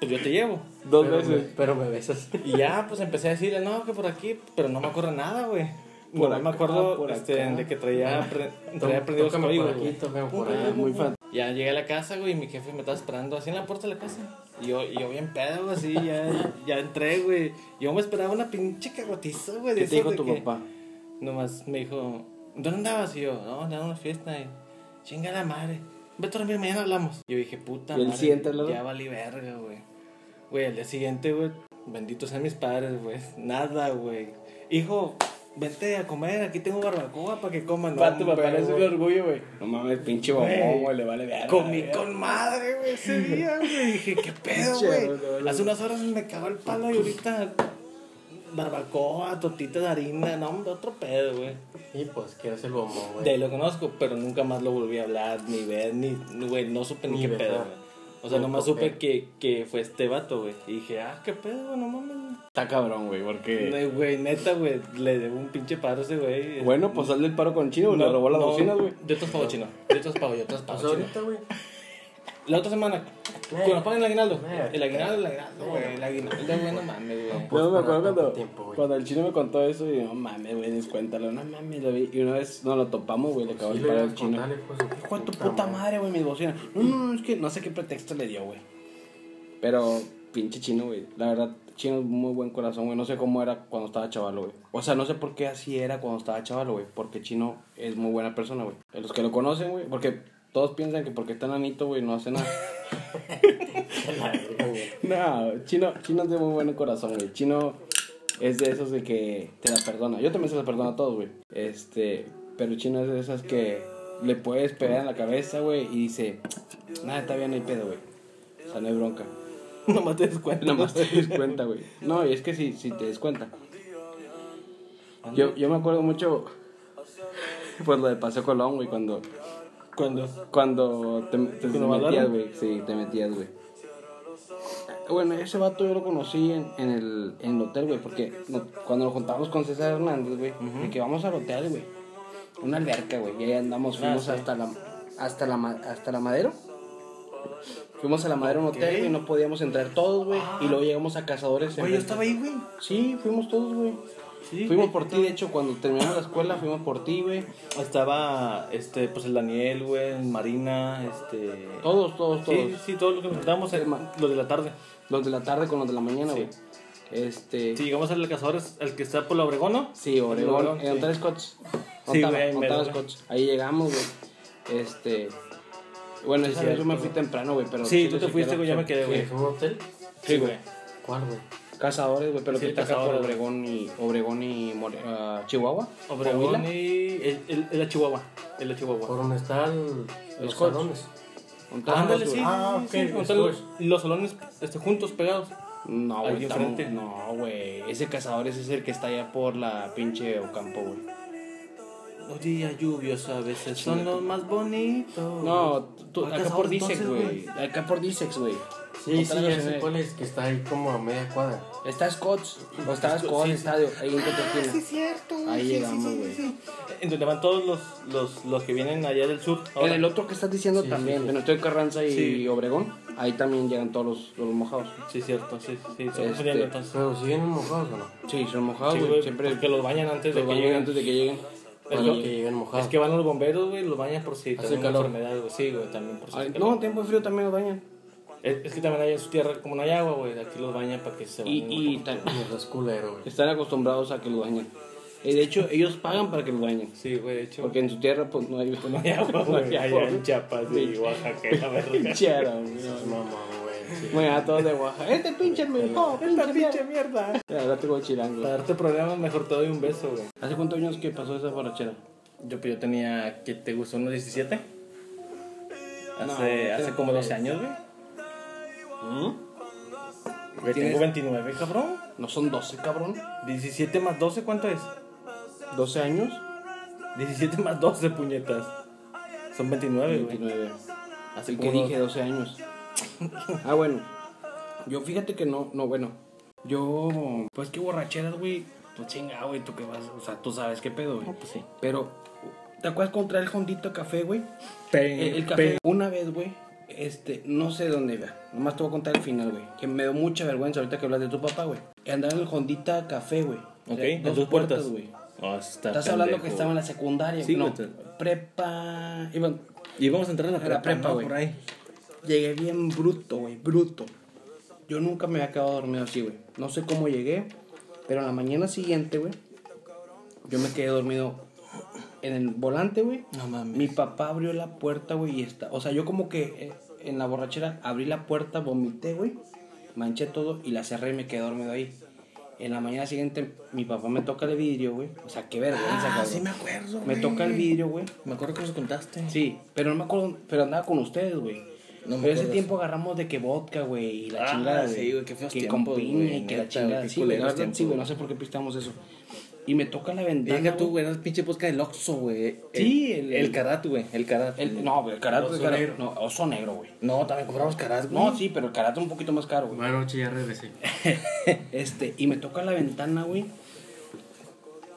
[SPEAKER 2] pues yo te llevo.
[SPEAKER 4] Dos
[SPEAKER 3] Pero
[SPEAKER 4] veces.
[SPEAKER 3] me-
[SPEAKER 4] pero me besas.
[SPEAKER 2] Y ya, pues empecé a decirle, no, que por aquí, pero no me acuerdo nada, güey. Bueno, me acuerdo
[SPEAKER 1] por
[SPEAKER 2] este,
[SPEAKER 1] acá.
[SPEAKER 2] de que traía, pre- traía
[SPEAKER 3] Tó-
[SPEAKER 2] prendido los
[SPEAKER 3] tócame por
[SPEAKER 2] códigos,
[SPEAKER 3] aquí,
[SPEAKER 2] güey.
[SPEAKER 3] tócame por
[SPEAKER 1] Ah,
[SPEAKER 3] allá.
[SPEAKER 1] muy fan.
[SPEAKER 2] Ya llegué a la casa, güey, y mi jefe me estaba esperando así en la puerta de la casa. Y yo, y yo bien pedo, güey, así, ya, ya entré, güey. Yo me esperaba una pinche cagotiza, güey. de
[SPEAKER 1] ¿Qué te dijo
[SPEAKER 2] esas de
[SPEAKER 1] tu
[SPEAKER 2] que-
[SPEAKER 1] papá?
[SPEAKER 2] Nomás me dijo, ¿dónde andabas? Y yo, no, andaba en una fiesta. Y, Chinga la madre. Vete a dormir, mañana hablamos. Yo dije, puta
[SPEAKER 1] ¿Y el
[SPEAKER 2] madre,
[SPEAKER 1] siguiente hablado?
[SPEAKER 2] ya valí verga, güey. Güey, al día siguiente, güey, benditos sean mis padres, güey. Nada, güey. Hijo, vente a comer, aquí tengo barbacoa para que coman.
[SPEAKER 1] Pa, tu papá
[SPEAKER 2] hombre,
[SPEAKER 1] es un
[SPEAKER 2] güey.
[SPEAKER 1] orgullo, güey. No mames, pinche bombón, Oh, güey, le vale verga.
[SPEAKER 2] Comí
[SPEAKER 1] güey.
[SPEAKER 2] con madre, güey, ese día, güey. Dije, qué pedo,
[SPEAKER 1] Pinche
[SPEAKER 2] güey.
[SPEAKER 1] boludo.
[SPEAKER 2] Hace unas horas me cagó el palo y ahorita barbacoa, tortita de harina, no, hombre, otro pedo, güey.
[SPEAKER 3] Y pues, ¿qué hace el bombón,
[SPEAKER 2] De ahí
[SPEAKER 3] güey?
[SPEAKER 2] lo conozco, pero nunca más lo volví a hablar, ni ver, ni, güey, no supe ni,
[SPEAKER 3] Ni
[SPEAKER 2] qué
[SPEAKER 3] ver
[SPEAKER 2] pedo,
[SPEAKER 3] nada.
[SPEAKER 2] güey. O sea,
[SPEAKER 3] No
[SPEAKER 2] nomás
[SPEAKER 3] topé.
[SPEAKER 2] supe que, que fue este vato, güey. Y dije, ah, qué pedo, güey, no mames.
[SPEAKER 1] Está cabrón, güey, porque.
[SPEAKER 2] No, Güey, neta, güey, le debo un pinche paro a ese güey.
[SPEAKER 1] Bueno, pues hazle el paro con chino, le robó las
[SPEAKER 2] no,
[SPEAKER 1] bocinas, güey. ¿Ah,
[SPEAKER 2] Yo te pago chino, yo te pago, yo te
[SPEAKER 3] Pues
[SPEAKER 2] pago chino.
[SPEAKER 3] ahorita, güey.
[SPEAKER 2] La otra semana,
[SPEAKER 3] Eh.
[SPEAKER 2] cuando paguen el aguinaldo.
[SPEAKER 3] Eh.
[SPEAKER 2] El aguinaldo, el aguinaldo, güey, el aguinaldo, güey, no mames, güey.
[SPEAKER 1] Yo me acuerdo
[SPEAKER 3] Por
[SPEAKER 1] cuando,
[SPEAKER 3] Pues, tanto tiempo, güey.
[SPEAKER 1] cuando el chino me contó eso y no mames, güey, descuéntalo, no mames, lo vi. Y una vez nos lo topamos, güey, le acabó
[SPEAKER 3] Sí,
[SPEAKER 1] el
[SPEAKER 3] le
[SPEAKER 1] paro al
[SPEAKER 3] ibas
[SPEAKER 1] chino.
[SPEAKER 3] contarle, pues, de
[SPEAKER 1] Hijo de tu puta madre, Ah, güey, mis bocinas. No, no, no, es que no sé qué pretexto le dio, güey. Pero, pinche chino, güey. La verdad, chino es muy buen corazón, güey. No sé cómo era cuando estaba chaval, güey. O sea, no sé por qué así era cuando estaba chaval, güey. Porque chino es muy buena persona, güey. Los que lo conocen, güey. Porque todos piensan que porque está nanito, güey, no hace nada. no, chino, chino es de muy buen corazón, güey. Chino es de esos de que te la perdona. Yo también se la perdono a todos, güey. Este, pero chino es de esas que le puedes pegar en la cabeza, güey, y dice, nada, está bien, no hay pedo, güey. O sea, no hay bronca.
[SPEAKER 2] Nomás te descuento.
[SPEAKER 1] Nomás te des cuenta, güey. No, y es que si, si te des cuenta. Yo, yo me acuerdo mucho, pues lo de Paseo Colón, güey, cuando,
[SPEAKER 2] Cuando
[SPEAKER 1] cuando te, te- te
[SPEAKER 2] ¿Cuando
[SPEAKER 1] metías,
[SPEAKER 2] bailaron?
[SPEAKER 1] güey. Sí, te metías, güey. Bueno, ese vato yo lo conocí en, en el, en el hotel, güey, porque no- cuando nos juntábamos con César Hernández, güey, de que vamos al hotel, güey. Una alberca, güey, y ahí andamos, fuimos
[SPEAKER 2] Ah, sí.
[SPEAKER 1] hasta la hasta la ma- hasta la madero. Fuimos a la madera a un hotel, güey, no podíamos entrar todos, güey, y luego llegamos a Cazadores. en
[SPEAKER 2] Ah. Güey, yo
[SPEAKER 1] Renta.
[SPEAKER 2] estaba ahí, güey.
[SPEAKER 1] Sí, fuimos todos, güey.
[SPEAKER 2] Sí,
[SPEAKER 1] fuimos
[SPEAKER 2] güey,
[SPEAKER 1] por ti, de hecho, cuando terminamos la escuela, fuimos por ti, güey.
[SPEAKER 2] Estaba, este, pues el Daniel, güey, Marina, este...
[SPEAKER 1] Todos, todos, todos.
[SPEAKER 2] Sí, sí, todos los que nos juntamos, eh,
[SPEAKER 1] ma-
[SPEAKER 2] los de la tarde.
[SPEAKER 1] Los de la tarde con los de la mañana,
[SPEAKER 2] Sí.
[SPEAKER 1] güey. Este.
[SPEAKER 2] Si llegamos al cazadores, el que está por la Obregón,
[SPEAKER 1] Sí, Obregón,
[SPEAKER 2] Sí.
[SPEAKER 1] en Ontario Scotts.
[SPEAKER 2] Sí,
[SPEAKER 1] Ontario-
[SPEAKER 2] güey, ahí mero,
[SPEAKER 1] Ontario
[SPEAKER 2] güey.
[SPEAKER 1] Scotts. Ahí llegamos, güey. Este. Bueno, esa vez yo me fui temprano, güey, pero.
[SPEAKER 2] ¿no? Sí, tú te
[SPEAKER 1] les
[SPEAKER 2] fuiste,
[SPEAKER 1] quiero-
[SPEAKER 2] güey, yo me quedé,
[SPEAKER 3] ¿Qué,
[SPEAKER 2] güey.
[SPEAKER 3] ¿Es un hotel?
[SPEAKER 2] Sí, güey.
[SPEAKER 3] ¿Cuál, güey?
[SPEAKER 1] Cazadores, güey, pero
[SPEAKER 2] Sí,
[SPEAKER 1] que está acá por
[SPEAKER 2] Cazadores, güey.
[SPEAKER 1] Obregón y. Obregón y. More- ah, Chihuahua.
[SPEAKER 2] Obregón
[SPEAKER 1] Coahuila.
[SPEAKER 2] y... El, el, el de Chihuahua, el de Chihuahua.
[SPEAKER 3] ¿Por dónde están los
[SPEAKER 1] Scotch.
[SPEAKER 3] salones?
[SPEAKER 1] Ontario
[SPEAKER 2] Ándale,
[SPEAKER 1] Scotts,
[SPEAKER 2] sí,
[SPEAKER 1] güey.
[SPEAKER 3] Ah,
[SPEAKER 2] sí,
[SPEAKER 3] ok,
[SPEAKER 2] sí,
[SPEAKER 3] los
[SPEAKER 2] sí, los-
[SPEAKER 3] dos.
[SPEAKER 2] los salones este, juntos, pegados.
[SPEAKER 1] No,
[SPEAKER 2] Ahí
[SPEAKER 1] güey, estamos-
[SPEAKER 2] enfrente.
[SPEAKER 1] No, güey. Ese Cazadores es el que está allá por la pinche Ocampo, güey.
[SPEAKER 2] Los días lluviosos a veces son los más bonitos.
[SPEAKER 1] No, tú-
[SPEAKER 2] ¿Cuál
[SPEAKER 1] acá
[SPEAKER 2] cazador
[SPEAKER 1] por Disex,
[SPEAKER 2] Oh. entonces,
[SPEAKER 1] güey. Acá por Disex, güey.
[SPEAKER 3] Sí, sí,
[SPEAKER 1] Ontario
[SPEAKER 3] ya sé
[SPEAKER 1] Nacional.
[SPEAKER 3] cuál es, que está ahí como a media cuadra.
[SPEAKER 1] Está Scotts. O está Scotts, estadio. Ahí en Cotoquina.
[SPEAKER 2] cierto,
[SPEAKER 1] güey, Ahí sí, llegamos, sí, sí, güey. sí,
[SPEAKER 2] En donde van todos los, los, los que vienen allá del sur.
[SPEAKER 1] En
[SPEAKER 2] ahora.
[SPEAKER 1] el otro que estás diciendo también,
[SPEAKER 3] sí, sí.
[SPEAKER 1] Venustiano Carranza y
[SPEAKER 2] Sí.
[SPEAKER 1] Obregón, ahí también llegan todos los, los mojados.
[SPEAKER 2] Sí, cierto, sí, sí, se
[SPEAKER 1] Este,
[SPEAKER 2] confundiendo entonces.
[SPEAKER 3] Pero siguen mojados o no?
[SPEAKER 1] Sí, son mojados,
[SPEAKER 2] Sí,
[SPEAKER 1] güey,
[SPEAKER 2] güey,
[SPEAKER 1] siempre
[SPEAKER 2] porque los bañan antes
[SPEAKER 1] los
[SPEAKER 2] de que
[SPEAKER 1] van
[SPEAKER 2] lleguen.
[SPEAKER 1] antes de que lleguen.
[SPEAKER 2] Es
[SPEAKER 3] Para
[SPEAKER 2] lo-
[SPEAKER 3] que lleguen mojados.
[SPEAKER 2] Es que van los bomberos, güey, los bañan por si
[SPEAKER 3] Hace
[SPEAKER 2] tienen
[SPEAKER 3] calor.
[SPEAKER 2] enfermedad, güey. Sí, güey, también por si
[SPEAKER 1] Ay,
[SPEAKER 2] hace
[SPEAKER 1] no,
[SPEAKER 2] calor.
[SPEAKER 1] en tiempo de frío también los bañan.
[SPEAKER 2] Es, es que también allá en su tierra, como no hay agua, güey, aquí los bañan para que se
[SPEAKER 1] Y,
[SPEAKER 2] bañen.
[SPEAKER 1] y tan-
[SPEAKER 3] Mierda, es culero, güey.
[SPEAKER 1] están acostumbrados a que los bañen. Y de hecho, ellos pagan para que los bañen.
[SPEAKER 2] Sí, güey, de hecho.
[SPEAKER 1] Porque en su tierra, pues no hay.
[SPEAKER 2] No hay agua, güey, allá en Chiapas y
[SPEAKER 1] Sí.
[SPEAKER 2] Oaxaca, la verdad.
[SPEAKER 1] Chera, güey.
[SPEAKER 3] Mamá, güey. sí.
[SPEAKER 1] Bueno, a todos de Oaxaca. Este pinche me dijo, pinche mierda.
[SPEAKER 2] mierda.
[SPEAKER 1] Ya, ahora tengo chilango.
[SPEAKER 2] Para darte problemas, mejor te doy un beso, güey.
[SPEAKER 1] ¿Hace cuántos años que pasó esa borrachera?
[SPEAKER 2] Yo, pues, yo tenía, ¿qué te gustó? ¿Unos 17? Hace,
[SPEAKER 1] No, no
[SPEAKER 2] hace
[SPEAKER 1] te
[SPEAKER 2] como 12
[SPEAKER 1] crees.
[SPEAKER 2] años, güey. Güey,
[SPEAKER 1] ¿Tienes-
[SPEAKER 2] tengo 29, cabrón.
[SPEAKER 1] No son 12, cabrón.
[SPEAKER 2] 17 más 12, ¿cuánto es?
[SPEAKER 1] ¿12 años?
[SPEAKER 2] 17 más 12, puñetas. Son 29, güey.
[SPEAKER 1] 29.
[SPEAKER 2] Así
[SPEAKER 1] Así que
[SPEAKER 2] como-
[SPEAKER 1] dije 12 años. Ah, bueno. Yo fíjate que no, no, bueno. Yo, pues que borracheras, güey. Pues chinga, güey, tú que vas, o sea, tú sabes qué pedo, güey.
[SPEAKER 2] No, pues sí.
[SPEAKER 1] Pero, ¿te acuerdas cuando traía el Hondito café, güey? El, el café, una vez, güey, este, no sé dónde iba. Nomás te voy a contar el final, güey. Que me dio mucha vergüenza ahorita que hablas de tu papá, güey. Andaba en el Hondita café, güey.
[SPEAKER 2] Ok,
[SPEAKER 1] De
[SPEAKER 2] en
[SPEAKER 1] dos
[SPEAKER 2] tus puertas.
[SPEAKER 1] güey.
[SPEAKER 2] Ah, está
[SPEAKER 1] Estás hablando
[SPEAKER 2] pendejo,
[SPEAKER 1] que estaba en la secundaria,
[SPEAKER 2] Sí,
[SPEAKER 1] no,
[SPEAKER 2] güey, te-
[SPEAKER 1] prepa. Y bueno,
[SPEAKER 2] Y vamos a entrar a la
[SPEAKER 1] En la
[SPEAKER 2] prepa,
[SPEAKER 1] prepa,
[SPEAKER 2] ¿no?
[SPEAKER 1] güey.
[SPEAKER 2] Por ahí.
[SPEAKER 1] llegué bien bruto, güey, bruto. Yo nunca me había quedado dormido así, güey. No sé cómo llegué, pero en la mañana siguiente, güey, yo me quedé dormido en el volante, güey.
[SPEAKER 2] No mames.
[SPEAKER 1] Mi papá abrió la puerta, güey, y está. O sea, yo como que eh, en la borrachera abrí la puerta, vomité, güey, manché todo y la cerré y me quedé dormido ahí. En la mañana siguiente, mi papá me toca el vidrio, güey. O sea, qué vergüenza,
[SPEAKER 2] Ah,
[SPEAKER 1] cabrón.
[SPEAKER 2] sí me acuerdo.
[SPEAKER 1] Me
[SPEAKER 2] güey.
[SPEAKER 1] toca el vidrio, güey.
[SPEAKER 2] Me acuerdo que nos contaste.
[SPEAKER 1] Sí, pero no me acuerdo, pero andaba con ustedes, güey.
[SPEAKER 2] No me
[SPEAKER 1] pero ese
[SPEAKER 2] acuerdo
[SPEAKER 1] tiempo agarramos de que vodka, güey, y la
[SPEAKER 2] Ah,
[SPEAKER 1] chingada,
[SPEAKER 2] sí,
[SPEAKER 1] güey.
[SPEAKER 2] güey, qué feos
[SPEAKER 1] que
[SPEAKER 2] tiempos,
[SPEAKER 1] con piña
[SPEAKER 2] güey,
[SPEAKER 1] y que
[SPEAKER 2] neta,
[SPEAKER 1] la chingada.
[SPEAKER 2] qué
[SPEAKER 1] Sí, güey, la
[SPEAKER 2] culeros
[SPEAKER 1] verdad, sí, güey, no
[SPEAKER 2] tiempos.
[SPEAKER 1] sé por qué pistamos eso. Y me toca la
[SPEAKER 2] Deja
[SPEAKER 1] ventana.
[SPEAKER 2] tú,
[SPEAKER 1] güey.
[SPEAKER 2] güey, eras pinche posca del Oxxo, güey.
[SPEAKER 1] Sí,
[SPEAKER 2] el,
[SPEAKER 1] el-
[SPEAKER 2] el karat, güey. El karat.
[SPEAKER 1] El- no, güey, el carato, el
[SPEAKER 3] Oso
[SPEAKER 1] carato-
[SPEAKER 3] negro.
[SPEAKER 1] no, oso negro, güey.
[SPEAKER 2] No, también compramos karat, güey.
[SPEAKER 1] No, sí, pero el carato un poquito más caro, güey.
[SPEAKER 3] Buenas noches, ya regresé.
[SPEAKER 1] Este, y me toca la ventana, güey.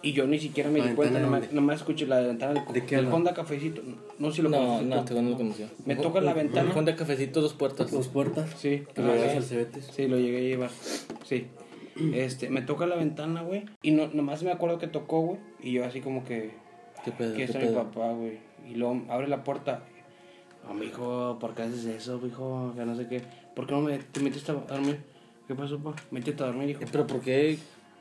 [SPEAKER 1] Y yo ni siquiera me
[SPEAKER 3] ¿La
[SPEAKER 1] di
[SPEAKER 3] ventana
[SPEAKER 1] cuenta,
[SPEAKER 3] de
[SPEAKER 1] nomás,
[SPEAKER 3] dónde?
[SPEAKER 1] nomás escuché la ventana del,
[SPEAKER 3] ¿De qué
[SPEAKER 1] del
[SPEAKER 3] habla?
[SPEAKER 1] Honda Cafecito. No, no sé si lo
[SPEAKER 2] no,
[SPEAKER 1] conoces tú.
[SPEAKER 2] no, este güey no lo conoció.
[SPEAKER 1] Me toca la ventana.
[SPEAKER 2] El Honda Cafecito, dos puertas.
[SPEAKER 3] Dos puertas.
[SPEAKER 1] Sí,
[SPEAKER 3] Que lo
[SPEAKER 1] Ah,
[SPEAKER 3] llevas
[SPEAKER 1] sí.
[SPEAKER 3] al Cebetis.
[SPEAKER 1] Sí, lo llegué a llevar. Sí. Este, me toca la ventana, güey. Y no, nomás me acuerdo que tocó, güey. Y yo así como que.
[SPEAKER 2] ¿Qué pedo,
[SPEAKER 1] Que
[SPEAKER 2] qué
[SPEAKER 1] está mi
[SPEAKER 2] pedo?
[SPEAKER 1] papá, güey. Y luego abre la puerta. No, mijo, ¿por qué haces eso, mijo? Que no sé qué. ¿Por qué no me, te metiste a dormir? ¿Qué pasó, pa? Métete a dormir, hijo.
[SPEAKER 2] Eh, Pero ¿por qué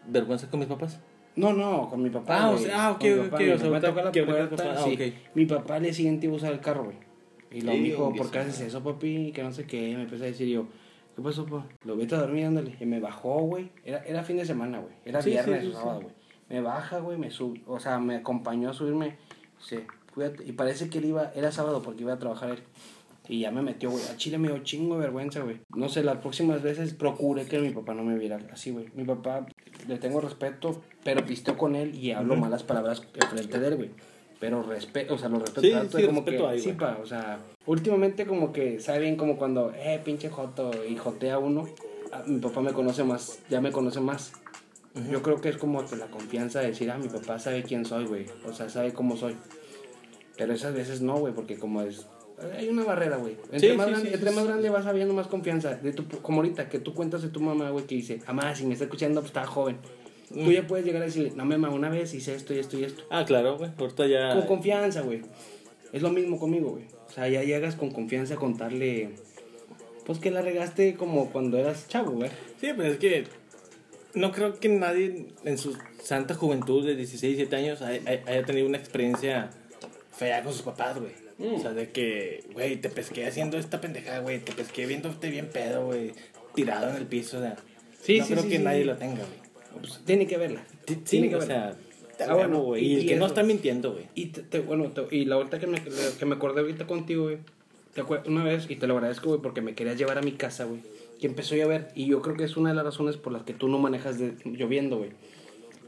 [SPEAKER 2] vergüenza con mis papás?
[SPEAKER 1] No, no, con mi papá.
[SPEAKER 2] Ah, o
[SPEAKER 1] güey.
[SPEAKER 2] sea, ah, ok,
[SPEAKER 1] Con mi
[SPEAKER 2] ok,
[SPEAKER 1] papá,
[SPEAKER 2] ok,
[SPEAKER 1] mi
[SPEAKER 2] o sea,
[SPEAKER 1] papá
[SPEAKER 2] ahorita
[SPEAKER 1] toca la
[SPEAKER 2] que hablé con tu
[SPEAKER 1] puerta,
[SPEAKER 2] papá,
[SPEAKER 1] sí.
[SPEAKER 2] ah, ok.
[SPEAKER 1] Mi papá le siguiente iba a usar el carro, güey. Y lo
[SPEAKER 2] Sí,
[SPEAKER 1] me dijo,
[SPEAKER 2] hombre,
[SPEAKER 1] ¿por qué
[SPEAKER 2] sí.
[SPEAKER 1] haces eso, papi? Que no sé qué. Y me empezó a decir yo, ¿qué pasó, papá? Lo vete a dormir, ándale. Y me bajó, güey. Era, era fin de semana, güey. Era
[SPEAKER 2] Sí, sí,
[SPEAKER 1] viernes
[SPEAKER 2] sí,
[SPEAKER 1] o sábado, güey. Me baja, güey, me sub, o sea, me acompañó a subirme. Sí, cuídate. Y parece que él iba, era sábado porque iba a trabajar él. Y ya me metió, güey. A Chile me dio chingo de vergüenza, güey. No sé, las próximas veces procuré que mi papá no me viera así, güey. Mi papá, le tengo respeto, pero pisteo con él y hablo malas palabras enfrente de él, güey. Pero respeto, o sea, lo respeto.
[SPEAKER 2] Sí,
[SPEAKER 1] tanto
[SPEAKER 2] sí,
[SPEAKER 1] de como
[SPEAKER 2] respeto
[SPEAKER 1] que,
[SPEAKER 2] hay,
[SPEAKER 1] sí,
[SPEAKER 2] güey.
[SPEAKER 1] pa, o sea, últimamente como que sabe bien como cuando, eh, pinche joto, y jotea uno. Ah, Mi papá me conoce más, ya me conoce más. Yo creo que es como que la confianza de decir, ah, mi papá sabe quién soy, güey. O sea, sabe cómo soy. Pero esas veces no, güey, porque como es... Hay una barrera, güey. Entre,
[SPEAKER 2] Sí,
[SPEAKER 1] más,
[SPEAKER 2] sí,
[SPEAKER 1] grande,
[SPEAKER 2] sí,
[SPEAKER 1] entre
[SPEAKER 2] sí,
[SPEAKER 1] más
[SPEAKER 2] sí.
[SPEAKER 1] grande vas habiendo más confianza. De tu, como ahorita, que tú cuentas de tu mamá, güey, que dice, mamá, si me está escuchando, pues está joven. Tú ya puedes llegar a decirle, no, mamá, una vez hice esto y esto y esto.
[SPEAKER 2] Ah, claro, güey. Ahorita ya.
[SPEAKER 1] Con confianza, güey. Es lo mismo conmigo, güey. O sea, ya llegas con confianza a contarle... Pues que la regaste como cuando eras chavo, güey.
[SPEAKER 2] Sí, pero es que no creo que nadie en su santa juventud de 16, 17 años hay- hay- haya tenido una experiencia fea con sus papás, güey. O sea, de que, güey, te pesqué haciendo esta pendejada, güey, te pesqué viéndote bien pedo, güey, tirado en el piso, o sea.
[SPEAKER 1] Sí,
[SPEAKER 2] no
[SPEAKER 1] sí,
[SPEAKER 2] creo
[SPEAKER 1] sí,
[SPEAKER 2] que
[SPEAKER 1] sí,
[SPEAKER 2] nadie
[SPEAKER 1] sí.
[SPEAKER 2] lo tenga, güey.
[SPEAKER 1] Pues, tiene que verla.
[SPEAKER 2] Sí,
[SPEAKER 1] Tiene que
[SPEAKER 2] o
[SPEAKER 1] verla.
[SPEAKER 2] sea,
[SPEAKER 1] Ah,
[SPEAKER 2] ah,
[SPEAKER 1] bueno,
[SPEAKER 2] güey.
[SPEAKER 1] y-
[SPEAKER 2] Y el
[SPEAKER 1] y
[SPEAKER 2] que no
[SPEAKER 1] eso.
[SPEAKER 2] está mintiendo, güey.
[SPEAKER 1] Y, te, te- bueno, te- y la ahorita que me, que me acordé ahorita contigo, güey. Te acuer- una vez, y te lo agradezco, güey, porque me querías llevar a mi casa, güey. Que empezó a llover. Y yo creo que es una de las razones por las que tú no manejas de- lloviendo, güey.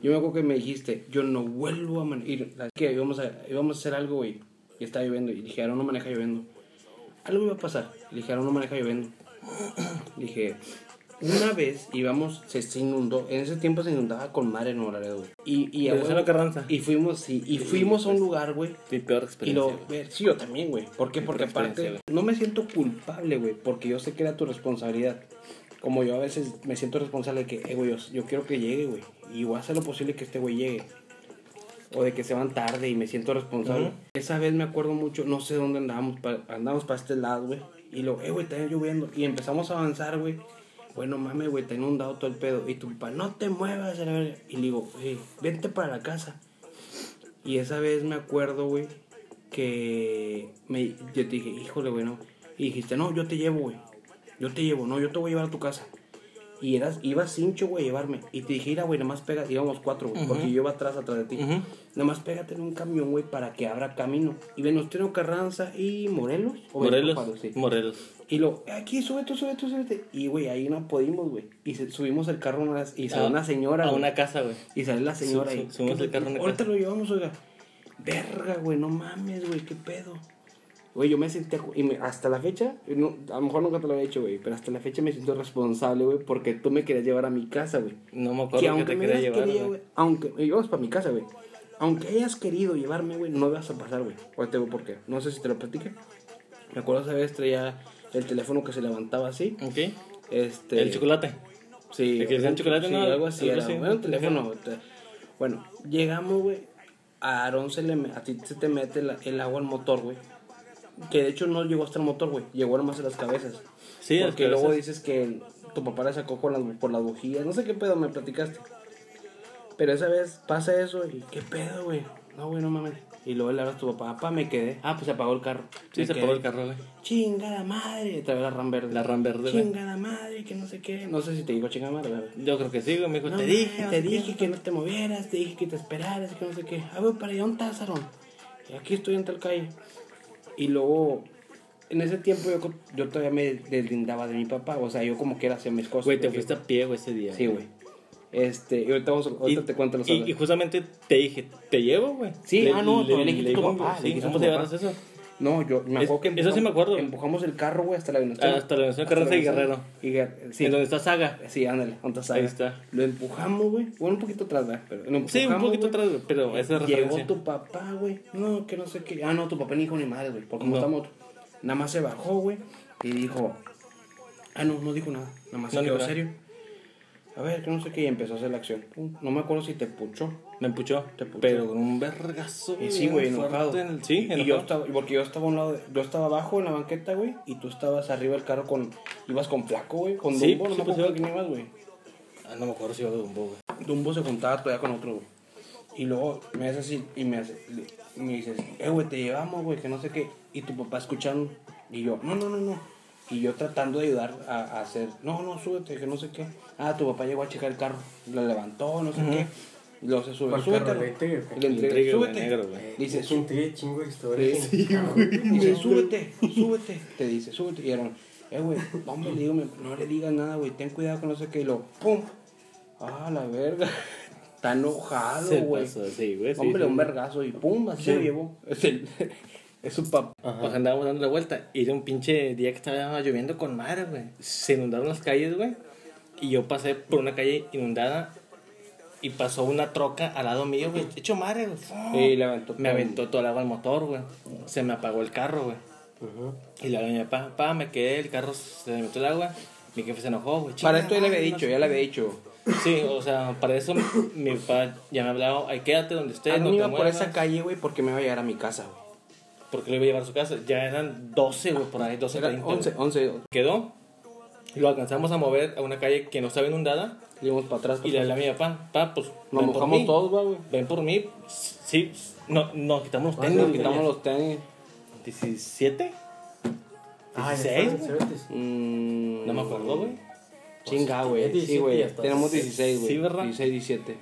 [SPEAKER 1] Yo me acuerdo que me dijiste, yo no vuelvo a manejar. Que íbamos a, íbamos a hacer algo, güey. Y estaba lloviendo. Y dije, ahora no maneja lloviendo. Algo iba a pasar. Le dije, ahora no maneja lloviendo. Dije, una vez íbamos, se, se inundó. En ese tiempo se inundaba con madre en Laredo, güey. Y, y, a
[SPEAKER 2] Pero
[SPEAKER 1] huevo-
[SPEAKER 2] Solo Carranza.
[SPEAKER 1] y fuimos, sí, y fuimos a un lugar, güey.
[SPEAKER 2] Mi peor
[SPEAKER 1] Y
[SPEAKER 2] experiencia.
[SPEAKER 1] lo,
[SPEAKER 2] pues, güey.
[SPEAKER 1] ver, sí, yo también, güey. ¿Por qué?
[SPEAKER 2] Mi
[SPEAKER 1] Porque
[SPEAKER 2] propia
[SPEAKER 1] aparte,
[SPEAKER 2] experiencia,
[SPEAKER 1] no me siento culpable, güey, porque yo sé que era tu responsabilidad. Como yo a veces me siento responsable de que, eh, güey, yo, yo quiero que llegue, güey. Y voy a hacer lo posible que este güey llegue. O de que se van tarde y me siento responsable.
[SPEAKER 2] Ujú.
[SPEAKER 1] Esa vez me acuerdo mucho, no sé dónde andábamos, pa- andábamos para este lado, güey. Y lo, eh, güey, está lloviendo. Y empezamos a avanzar, güey. Bueno, mames, güey, está inundado todo el pedo. Y tu papá, no te muevas. a la verga. Y le digo, "Ey, vente para la casa. Y esa vez me acuerdo, güey, que me, yo te dije, híjole, güey, no. Y dijiste, no, yo te llevo, güey. Yo te llevo, no, yo te voy a llevar a tu casa. Y eras, ibas cincho, güey, a llevarme. Y te dije, mira, güey, nada más pega, íbamos cuatro, güey, porque yo iba atrás, atrás de ti.
[SPEAKER 2] Ujú.
[SPEAKER 1] Nada más pégate en un camión, güey, para que abra camino. Y Venustiano Carranza y Morelos. o Benito
[SPEAKER 2] Morelos.
[SPEAKER 1] Juárez, sí.
[SPEAKER 2] Morelos.
[SPEAKER 1] Y lo, aquí, sube tú, sube tú, súbete. Y, güey, ahí no pudimos, güey. Y se- subimos el carro a una- y salió
[SPEAKER 2] A-
[SPEAKER 1] una señora.
[SPEAKER 2] A
[SPEAKER 1] güey.
[SPEAKER 2] una casa, güey.
[SPEAKER 1] Y sale la señora
[SPEAKER 2] Su-
[SPEAKER 1] ahí.
[SPEAKER 2] su- subimos el carro en la
[SPEAKER 1] Ahorita
[SPEAKER 2] casa.
[SPEAKER 1] lo llevamos, oiga. Verga, güey, no mames, güey, qué pedo. Güey, yo me sentía, y me- hasta la fecha, y no- a lo mejor nunca te lo había hecho, güey, pero hasta la fecha me siento responsable, güey, porque tú me querías llevar a mi casa, güey.
[SPEAKER 5] No me
[SPEAKER 1] Que
[SPEAKER 5] acuerdo que
[SPEAKER 1] aunque
[SPEAKER 5] te
[SPEAKER 1] me
[SPEAKER 5] quería
[SPEAKER 1] hubieras
[SPEAKER 5] llevar.
[SPEAKER 1] querido,
[SPEAKER 5] güey.
[SPEAKER 1] güey, aunque, y vamos para mi casa, güey, aunque hayas querido llevarme, güey, no vas a pasar, güey. Ahora te digo por qué, no sé si te lo platiqué. Me acuerdo esa vez traía el teléfono que se levantaba así,
[SPEAKER 5] Ok.
[SPEAKER 1] este...
[SPEAKER 5] El chocolate.
[SPEAKER 1] Sí.
[SPEAKER 5] El que decía chocolate,
[SPEAKER 1] sí,
[SPEAKER 5] ¿no?
[SPEAKER 1] algo así.
[SPEAKER 5] Algo
[SPEAKER 1] era,
[SPEAKER 5] así.
[SPEAKER 1] Bueno, el teléfono. te- Bueno, llegamos, güey. A Aarón se le... me- A ti se te mete la- el agua al motor, güey. Que de hecho no llegó hasta el motor, güey. Llegó nomás a las cabezas.
[SPEAKER 5] Sí, a las
[SPEAKER 1] Porque
[SPEAKER 5] cabezas.
[SPEAKER 1] luego dices que tu papá la sacó por las, por las bujías. No sé qué pedo me platicaste. Pero esa vez pasa eso y qué pedo, güey. No, güey, no mames. Y luego le hablas a tu papá, papá, me quedé. Ah, pues se apagó el carro.
[SPEAKER 5] Sí,
[SPEAKER 1] Me
[SPEAKER 5] se
[SPEAKER 1] quedé.
[SPEAKER 5] apagó el carro, güey.
[SPEAKER 1] Chingada madre. Otra vez la RAM verde.
[SPEAKER 5] La RAM verde, güey.
[SPEAKER 1] Chingada madre, que no sé qué. No sé si te digo chingada madre, güey.
[SPEAKER 5] Yo creo que sí, güey. Me dijo,
[SPEAKER 1] No,
[SPEAKER 5] te dije.
[SPEAKER 1] ma,
[SPEAKER 5] no
[SPEAKER 1] te
[SPEAKER 5] sé
[SPEAKER 1] dije
[SPEAKER 5] qué".
[SPEAKER 1] que no te movieras, te dije que te esperaras, que no sé qué. Ah, voy para allá, un tázarón. Y aquí estoy en tal calle. Y luego, en ese tiempo yo, co- yo todavía me deslindaba de mi papá. O sea, yo como quiera hacía mis cosas.
[SPEAKER 5] Güey, te
[SPEAKER 1] porque-
[SPEAKER 5] fuiste a pie, güey, ese día.
[SPEAKER 1] Sí, güey. Este, y ahorita, vamos, ahorita te cuento los
[SPEAKER 5] y, y justamente te dije, te llevo, güey.
[SPEAKER 1] Sí, ah, no, todavía le dijiste a tu
[SPEAKER 5] digo,
[SPEAKER 1] papá, le
[SPEAKER 5] Sí,
[SPEAKER 1] dijiste a
[SPEAKER 5] ¿Cómo
[SPEAKER 1] tu
[SPEAKER 5] te
[SPEAKER 1] papá.
[SPEAKER 5] llevaras eso?
[SPEAKER 1] No, yo me
[SPEAKER 5] Es-
[SPEAKER 1] acuerdo que
[SPEAKER 5] eso sí me acuerdo.
[SPEAKER 1] Empujamos el carro, güey, hasta la Venustiano.
[SPEAKER 5] Ah, hasta la Venustiano
[SPEAKER 1] Hasta la
[SPEAKER 5] Carranza y
[SPEAKER 1] Venustiano. Y Guer- sí.
[SPEAKER 5] En donde está Saga.
[SPEAKER 1] Sí, ándale, ¿dónde está?
[SPEAKER 5] Ahí está.
[SPEAKER 1] Lo empujamos, güey. Bueno, un poquito atrás, ¿verdad? Pero lo
[SPEAKER 5] Sí, un
[SPEAKER 1] empujamos,
[SPEAKER 5] poquito
[SPEAKER 1] güey.
[SPEAKER 5] atrás, güey, pero esa es la
[SPEAKER 1] Llegó
[SPEAKER 5] referencia.
[SPEAKER 1] tu papá, güey. No, que no sé qué. Ah, no, tu papá ni dijo ni madre, güey. Porque como
[SPEAKER 5] No.
[SPEAKER 1] estamos. Nada más se bajó, güey. Y dijo. Ah, no, no dijo nada. Nada más
[SPEAKER 5] No
[SPEAKER 1] se quedó
[SPEAKER 5] dijo nada.
[SPEAKER 1] serio. A ver, que no sé qué. Y empezó a hacer la acción. Pum. No me acuerdo si te puchó.
[SPEAKER 5] Me empuchó,
[SPEAKER 1] Te puchó.
[SPEAKER 5] pero con un vergazo.
[SPEAKER 1] Y sí, güey,
[SPEAKER 5] bien
[SPEAKER 1] enojado.
[SPEAKER 5] fuerte en el- Sí,
[SPEAKER 1] y,
[SPEAKER 5] enojado.
[SPEAKER 1] y yo estaba, porque yo estaba a un lado, de- yo estaba abajo en la banqueta, güey, y tú estabas arriba del carro con, ibas con flaco, güey, con
[SPEAKER 5] Sí,
[SPEAKER 1] Dumbo, no
[SPEAKER 5] sí,
[SPEAKER 1] me
[SPEAKER 5] pues,
[SPEAKER 1] acuerdo
[SPEAKER 5] iba-
[SPEAKER 1] quién ibas, güey.
[SPEAKER 5] Ah, no me acuerdo si iba de Dumbo, güey.
[SPEAKER 1] Dumbo se juntaba todavía con otro, güey. Y luego me hace así y me hace, le- me dices, eh, güey, te llevamos, güey, que no sé qué. Y tu papá escuchando. Y yo, no, no, no, no. Y yo tratando de ayudar a, a hacer, no, no, súbete, que no sé qué. Ah, tu papá llegó a checar el carro, lo levantó, no sé qué. Y luego se sube,
[SPEAKER 3] ¿Cuál
[SPEAKER 1] súbete.
[SPEAKER 3] carro?
[SPEAKER 1] ¿no?
[SPEAKER 3] ¿El Intrigue o qué?
[SPEAKER 1] El Intrigue,
[SPEAKER 5] Intrigue, güey,
[SPEAKER 1] súbete.
[SPEAKER 5] negro, güey.
[SPEAKER 1] Dice,
[SPEAKER 3] Es un tri- chingo de Ah, historias.
[SPEAKER 1] Sí, güey. Dice, súbete, súbete. Te dice, súbete. Y Aaron, eh, güey, no me le digo, me- no le digas nada, güey. Ten cuidado con no sé qué. Y lo, pum. Ah, la verga. Está enojado,
[SPEAKER 5] Se
[SPEAKER 1] güey.
[SPEAKER 5] pasó, sí, güey. sí,
[SPEAKER 1] Hombre,
[SPEAKER 5] sí.
[SPEAKER 1] un vergazo. Y pum, así
[SPEAKER 5] Sí.
[SPEAKER 1] se lo llevó. Es, el, es su papá.
[SPEAKER 5] Pues andábamos dando la vuelta. Y era un pinche día que estaba lloviendo con madre, güey. Se inundaron las calles, güey. Y yo pasé por una calle inundada. Y pasó una troca al lado mío, güey. Hecho madre, güey.
[SPEAKER 1] Sí, le aventó
[SPEAKER 5] Me
[SPEAKER 1] todo.
[SPEAKER 5] aventó todo el agua al motor, güey. Se me apagó el carro, güey. Y le hablé a mi papá, papá, me quedé, el carro se me metió el agua. Mi jefe se enojó, güey.
[SPEAKER 1] Para
[SPEAKER 5] Chinga,
[SPEAKER 1] esto ya le había
[SPEAKER 5] madre, no
[SPEAKER 1] dicho,
[SPEAKER 5] sé
[SPEAKER 1] ya le había dicho.
[SPEAKER 5] Sí, o sea, para eso mi papá ya me ha hablado, ay, quédate donde estés,
[SPEAKER 1] Aaron
[SPEAKER 5] no te
[SPEAKER 1] Ah, iba por
[SPEAKER 5] muevas",
[SPEAKER 1] esa calle, güey, porque me iba a llegar a mi casa, güey.
[SPEAKER 5] Porque lo iba a llevar a su casa. Ya eran 12, güey, por ahí, 12,
[SPEAKER 1] Era
[SPEAKER 5] 30.
[SPEAKER 1] 11,
[SPEAKER 5] güey.
[SPEAKER 1] 11.
[SPEAKER 5] Quedó, lo alcanzamos a mover a una calle que no estaba inundada.
[SPEAKER 1] Le dimos para atrás.
[SPEAKER 5] Y le hablé a mi papá, papá, pues,
[SPEAKER 1] Nos
[SPEAKER 5] ven por mí,
[SPEAKER 1] mojamos todos, va, güey.
[SPEAKER 5] Ven por mí, sí, no, nos quitamos los tenis,
[SPEAKER 1] Ah, Nos
[SPEAKER 5] güey,
[SPEAKER 1] quitamos
[SPEAKER 5] Ah, ya.
[SPEAKER 1] los tenis.
[SPEAKER 5] 17?
[SPEAKER 3] Ah, ya
[SPEAKER 5] 16,
[SPEAKER 3] estaban
[SPEAKER 5] güey.
[SPEAKER 3] cerotes.
[SPEAKER 1] Mm,
[SPEAKER 5] No me acuerdo, güey.
[SPEAKER 1] Chinga,
[SPEAKER 3] Pues,
[SPEAKER 1] güey.
[SPEAKER 3] tenía
[SPEAKER 1] Sí, güey.
[SPEAKER 3] 17 hasta
[SPEAKER 1] Tenemos
[SPEAKER 3] 16,
[SPEAKER 1] 16, güey.
[SPEAKER 5] sí, ¿verdad?
[SPEAKER 1] 16, 17.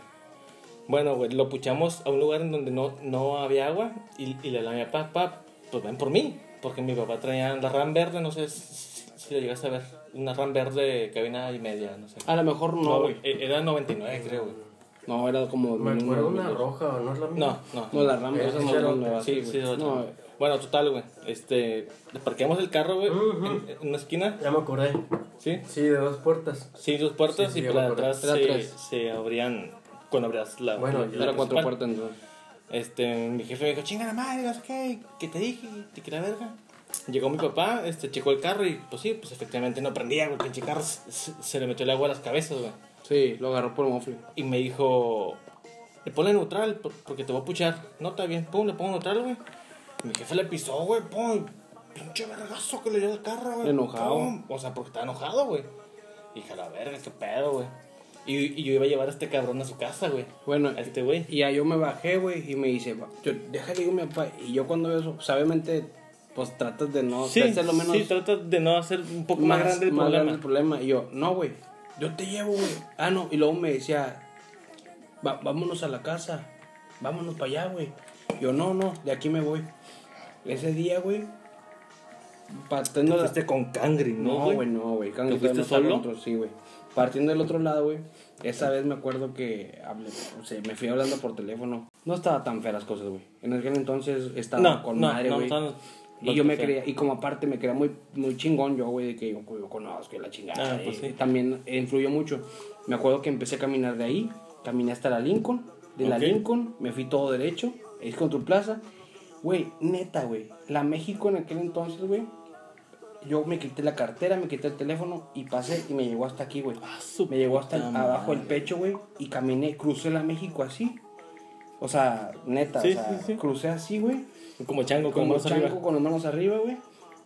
[SPEAKER 5] Bueno, güey, lo puchamos a un lugar en donde no, no había agua y, y le hablé a mi papá, papá, pues ven por mí, porque mi papá traía la RAM verde, no sé si, si lo llegaste a ver, una RAM verde cabina y media, no sé.
[SPEAKER 1] A lo mejor Ah, no, güey.
[SPEAKER 5] e- Era 99, creo, güey.
[SPEAKER 1] No, era como.
[SPEAKER 3] Me acuerdo una
[SPEAKER 1] Mm, no,
[SPEAKER 3] roja, ¿o ¿no es la misma?
[SPEAKER 5] No, no.
[SPEAKER 1] No, la RAM
[SPEAKER 3] Eh,
[SPEAKER 1] esa
[SPEAKER 3] sí,
[SPEAKER 1] no
[SPEAKER 3] era
[SPEAKER 1] no,
[SPEAKER 3] otra,
[SPEAKER 1] no,
[SPEAKER 5] Sí, sí,
[SPEAKER 1] güey.
[SPEAKER 5] otra.
[SPEAKER 1] No,
[SPEAKER 5] Bueno, total, güey. Este, parqueamos el carro, güey,
[SPEAKER 3] Ujú.
[SPEAKER 5] en, en una esquina,
[SPEAKER 3] Ya me acordé.
[SPEAKER 5] ¿sí?
[SPEAKER 3] Sí, de dos puertas.
[SPEAKER 5] Sí, dos puertas
[SPEAKER 3] Sí, sí,
[SPEAKER 5] y
[SPEAKER 3] ya
[SPEAKER 5] por
[SPEAKER 3] me acordé.
[SPEAKER 5] atrás
[SPEAKER 1] Eran
[SPEAKER 5] se,
[SPEAKER 1] tres.
[SPEAKER 5] se abrían cuando abrías la.
[SPEAKER 3] Bueno,
[SPEAKER 5] la-
[SPEAKER 3] yo
[SPEAKER 5] la
[SPEAKER 1] era cuatro
[SPEAKER 5] principal.
[SPEAKER 1] puertas entonces.
[SPEAKER 5] Este, mi jefe me dijo, chinga la madre, no sé qué, que te dije, te que la verga. Llegó mi papá, este, checó el carro y, pues sí, pues efectivamente no prendía, güey, pinche carro, se, se- se le metió el agua a las cabezas, güey.
[SPEAKER 1] Sí, lo agarró por mofle.
[SPEAKER 5] Y me dijo, le ponle neutral, por- porque te voy a puchar. No, está bien, pum, le pongo neutral, güey. Mi jefe le pisó, güey, pum, pinche vergazo que le dio el carro, güey.
[SPEAKER 1] Enojado.
[SPEAKER 5] pum. O sea, porque estaba enojado, güey. Y Dije, "A la verga, qué pedo, güey. Y, y yo iba a llevar a este cabrón a su casa, güey.
[SPEAKER 1] Bueno,
[SPEAKER 5] A este güey.
[SPEAKER 1] y ya yo me bajé, güey, y me dice, va, yo, déjale, digo, mi papá. Y yo cuando veo eso, pues, obviamente, pues tratas de no.
[SPEAKER 5] Sí,
[SPEAKER 1] de hacer lo menos
[SPEAKER 5] sí, trata de no hacer un poco más, grande el
[SPEAKER 1] más
[SPEAKER 5] problema.
[SPEAKER 1] grande el problema. Y yo, no, güey, yo te llevo, güey. Ah, no, y luego me decía, "Va- vámonos a la casa, vámonos para allá, güey. Yo, no, no, de aquí me voy. Ese día, güey, partiendo
[SPEAKER 5] Te
[SPEAKER 1] la-
[SPEAKER 5] fuiste Este con Cangri, ¿no,
[SPEAKER 1] No, güey, no, güey. Cuando
[SPEAKER 5] ¿Te fuiste
[SPEAKER 1] todavía no estaba
[SPEAKER 5] solo?
[SPEAKER 1] otro, sí, güey. Partiendo del otro lado, güey, esa vez me acuerdo que hablé, o sea, me fui hablando por teléfono. No estaba tan fea las cosas, güey. En aquel entonces estaba
[SPEAKER 5] No,
[SPEAKER 1] con
[SPEAKER 5] no,
[SPEAKER 1] madre,
[SPEAKER 5] no,
[SPEAKER 1] güey.
[SPEAKER 5] no, no.
[SPEAKER 1] Y yo me
[SPEAKER 5] Locación.
[SPEAKER 1] creía, y como aparte me creía muy, muy chingón yo, güey, de que yo, yo conozco y la chingada.
[SPEAKER 5] Ah, pues
[SPEAKER 1] y
[SPEAKER 5] sí.
[SPEAKER 1] También influyó mucho. Me acuerdo que empecé a caminar de ahí, caminé hasta la Lincoln, de la
[SPEAKER 5] Ok.
[SPEAKER 1] Lincoln me fui todo derecho, es con tu plaza. Güey, neta, güey, la México en aquel entonces, güey, yo me quité la cartera, me quité el teléfono y pasé y me llegó hasta aquí, güey.
[SPEAKER 5] Ah, su
[SPEAKER 1] Me llegó hasta el-
[SPEAKER 5] puta
[SPEAKER 1] abajo el
[SPEAKER 5] madre.
[SPEAKER 1] pecho, güey, y caminé, crucé la México así. O sea, neta,
[SPEAKER 5] Sí,
[SPEAKER 1] o sea,
[SPEAKER 5] sí, sí.
[SPEAKER 1] crucé así, güey.
[SPEAKER 5] Como chango, como,
[SPEAKER 1] Como
[SPEAKER 5] más
[SPEAKER 1] chango
[SPEAKER 5] arriba.
[SPEAKER 1] con las manos arriba, güey.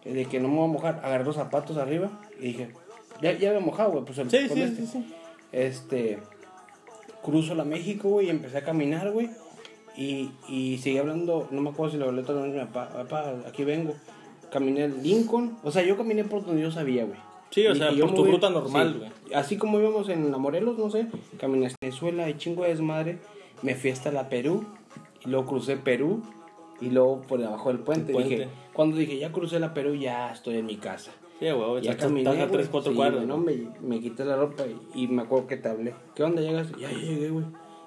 [SPEAKER 1] eh, De que no me voy a mojar. Agarré los zapatos arriba y dije, ya, ya había mojado, güey. Pues el-
[SPEAKER 5] Sí,
[SPEAKER 1] con
[SPEAKER 5] sí,
[SPEAKER 1] este.
[SPEAKER 5] sí, sí.
[SPEAKER 1] Este, cruzo la México, güey, y empecé a caminar, güey. Y, y seguí hablando, no me acuerdo si le hablé otra vez a mi papá, papá, aquí vengo. Caminé el Lincoln, o sea, yo caminé por donde yo sabía, güey.
[SPEAKER 5] Sí, o
[SPEAKER 1] Y-
[SPEAKER 5] sea,
[SPEAKER 1] y yo
[SPEAKER 5] por
[SPEAKER 1] me
[SPEAKER 5] tu
[SPEAKER 1] voy-
[SPEAKER 5] ruta normal,
[SPEAKER 1] sí.
[SPEAKER 5] güey.
[SPEAKER 1] Así como íbamos en la Morelos, no sé, caminé hasta Venezuela y chingo de desmadre. Me fui hasta la Perú, y luego crucé Perú, y luego por debajo del puente.
[SPEAKER 5] El puente.
[SPEAKER 1] Dije, cuando dije, ya crucé la Perú, ya estoy en mi casa.
[SPEAKER 5] Sí, güey,
[SPEAKER 1] Ya
[SPEAKER 5] estás
[SPEAKER 1] caminé,
[SPEAKER 5] estás a
[SPEAKER 1] güey.
[SPEAKER 5] 3, 4
[SPEAKER 1] Sí,
[SPEAKER 5] cuadros.
[SPEAKER 1] güey, no, me, me quité la ropa y, y me acuerdo que te hablé. ¿Qué onda llegas? Ya, ya llegué, güey.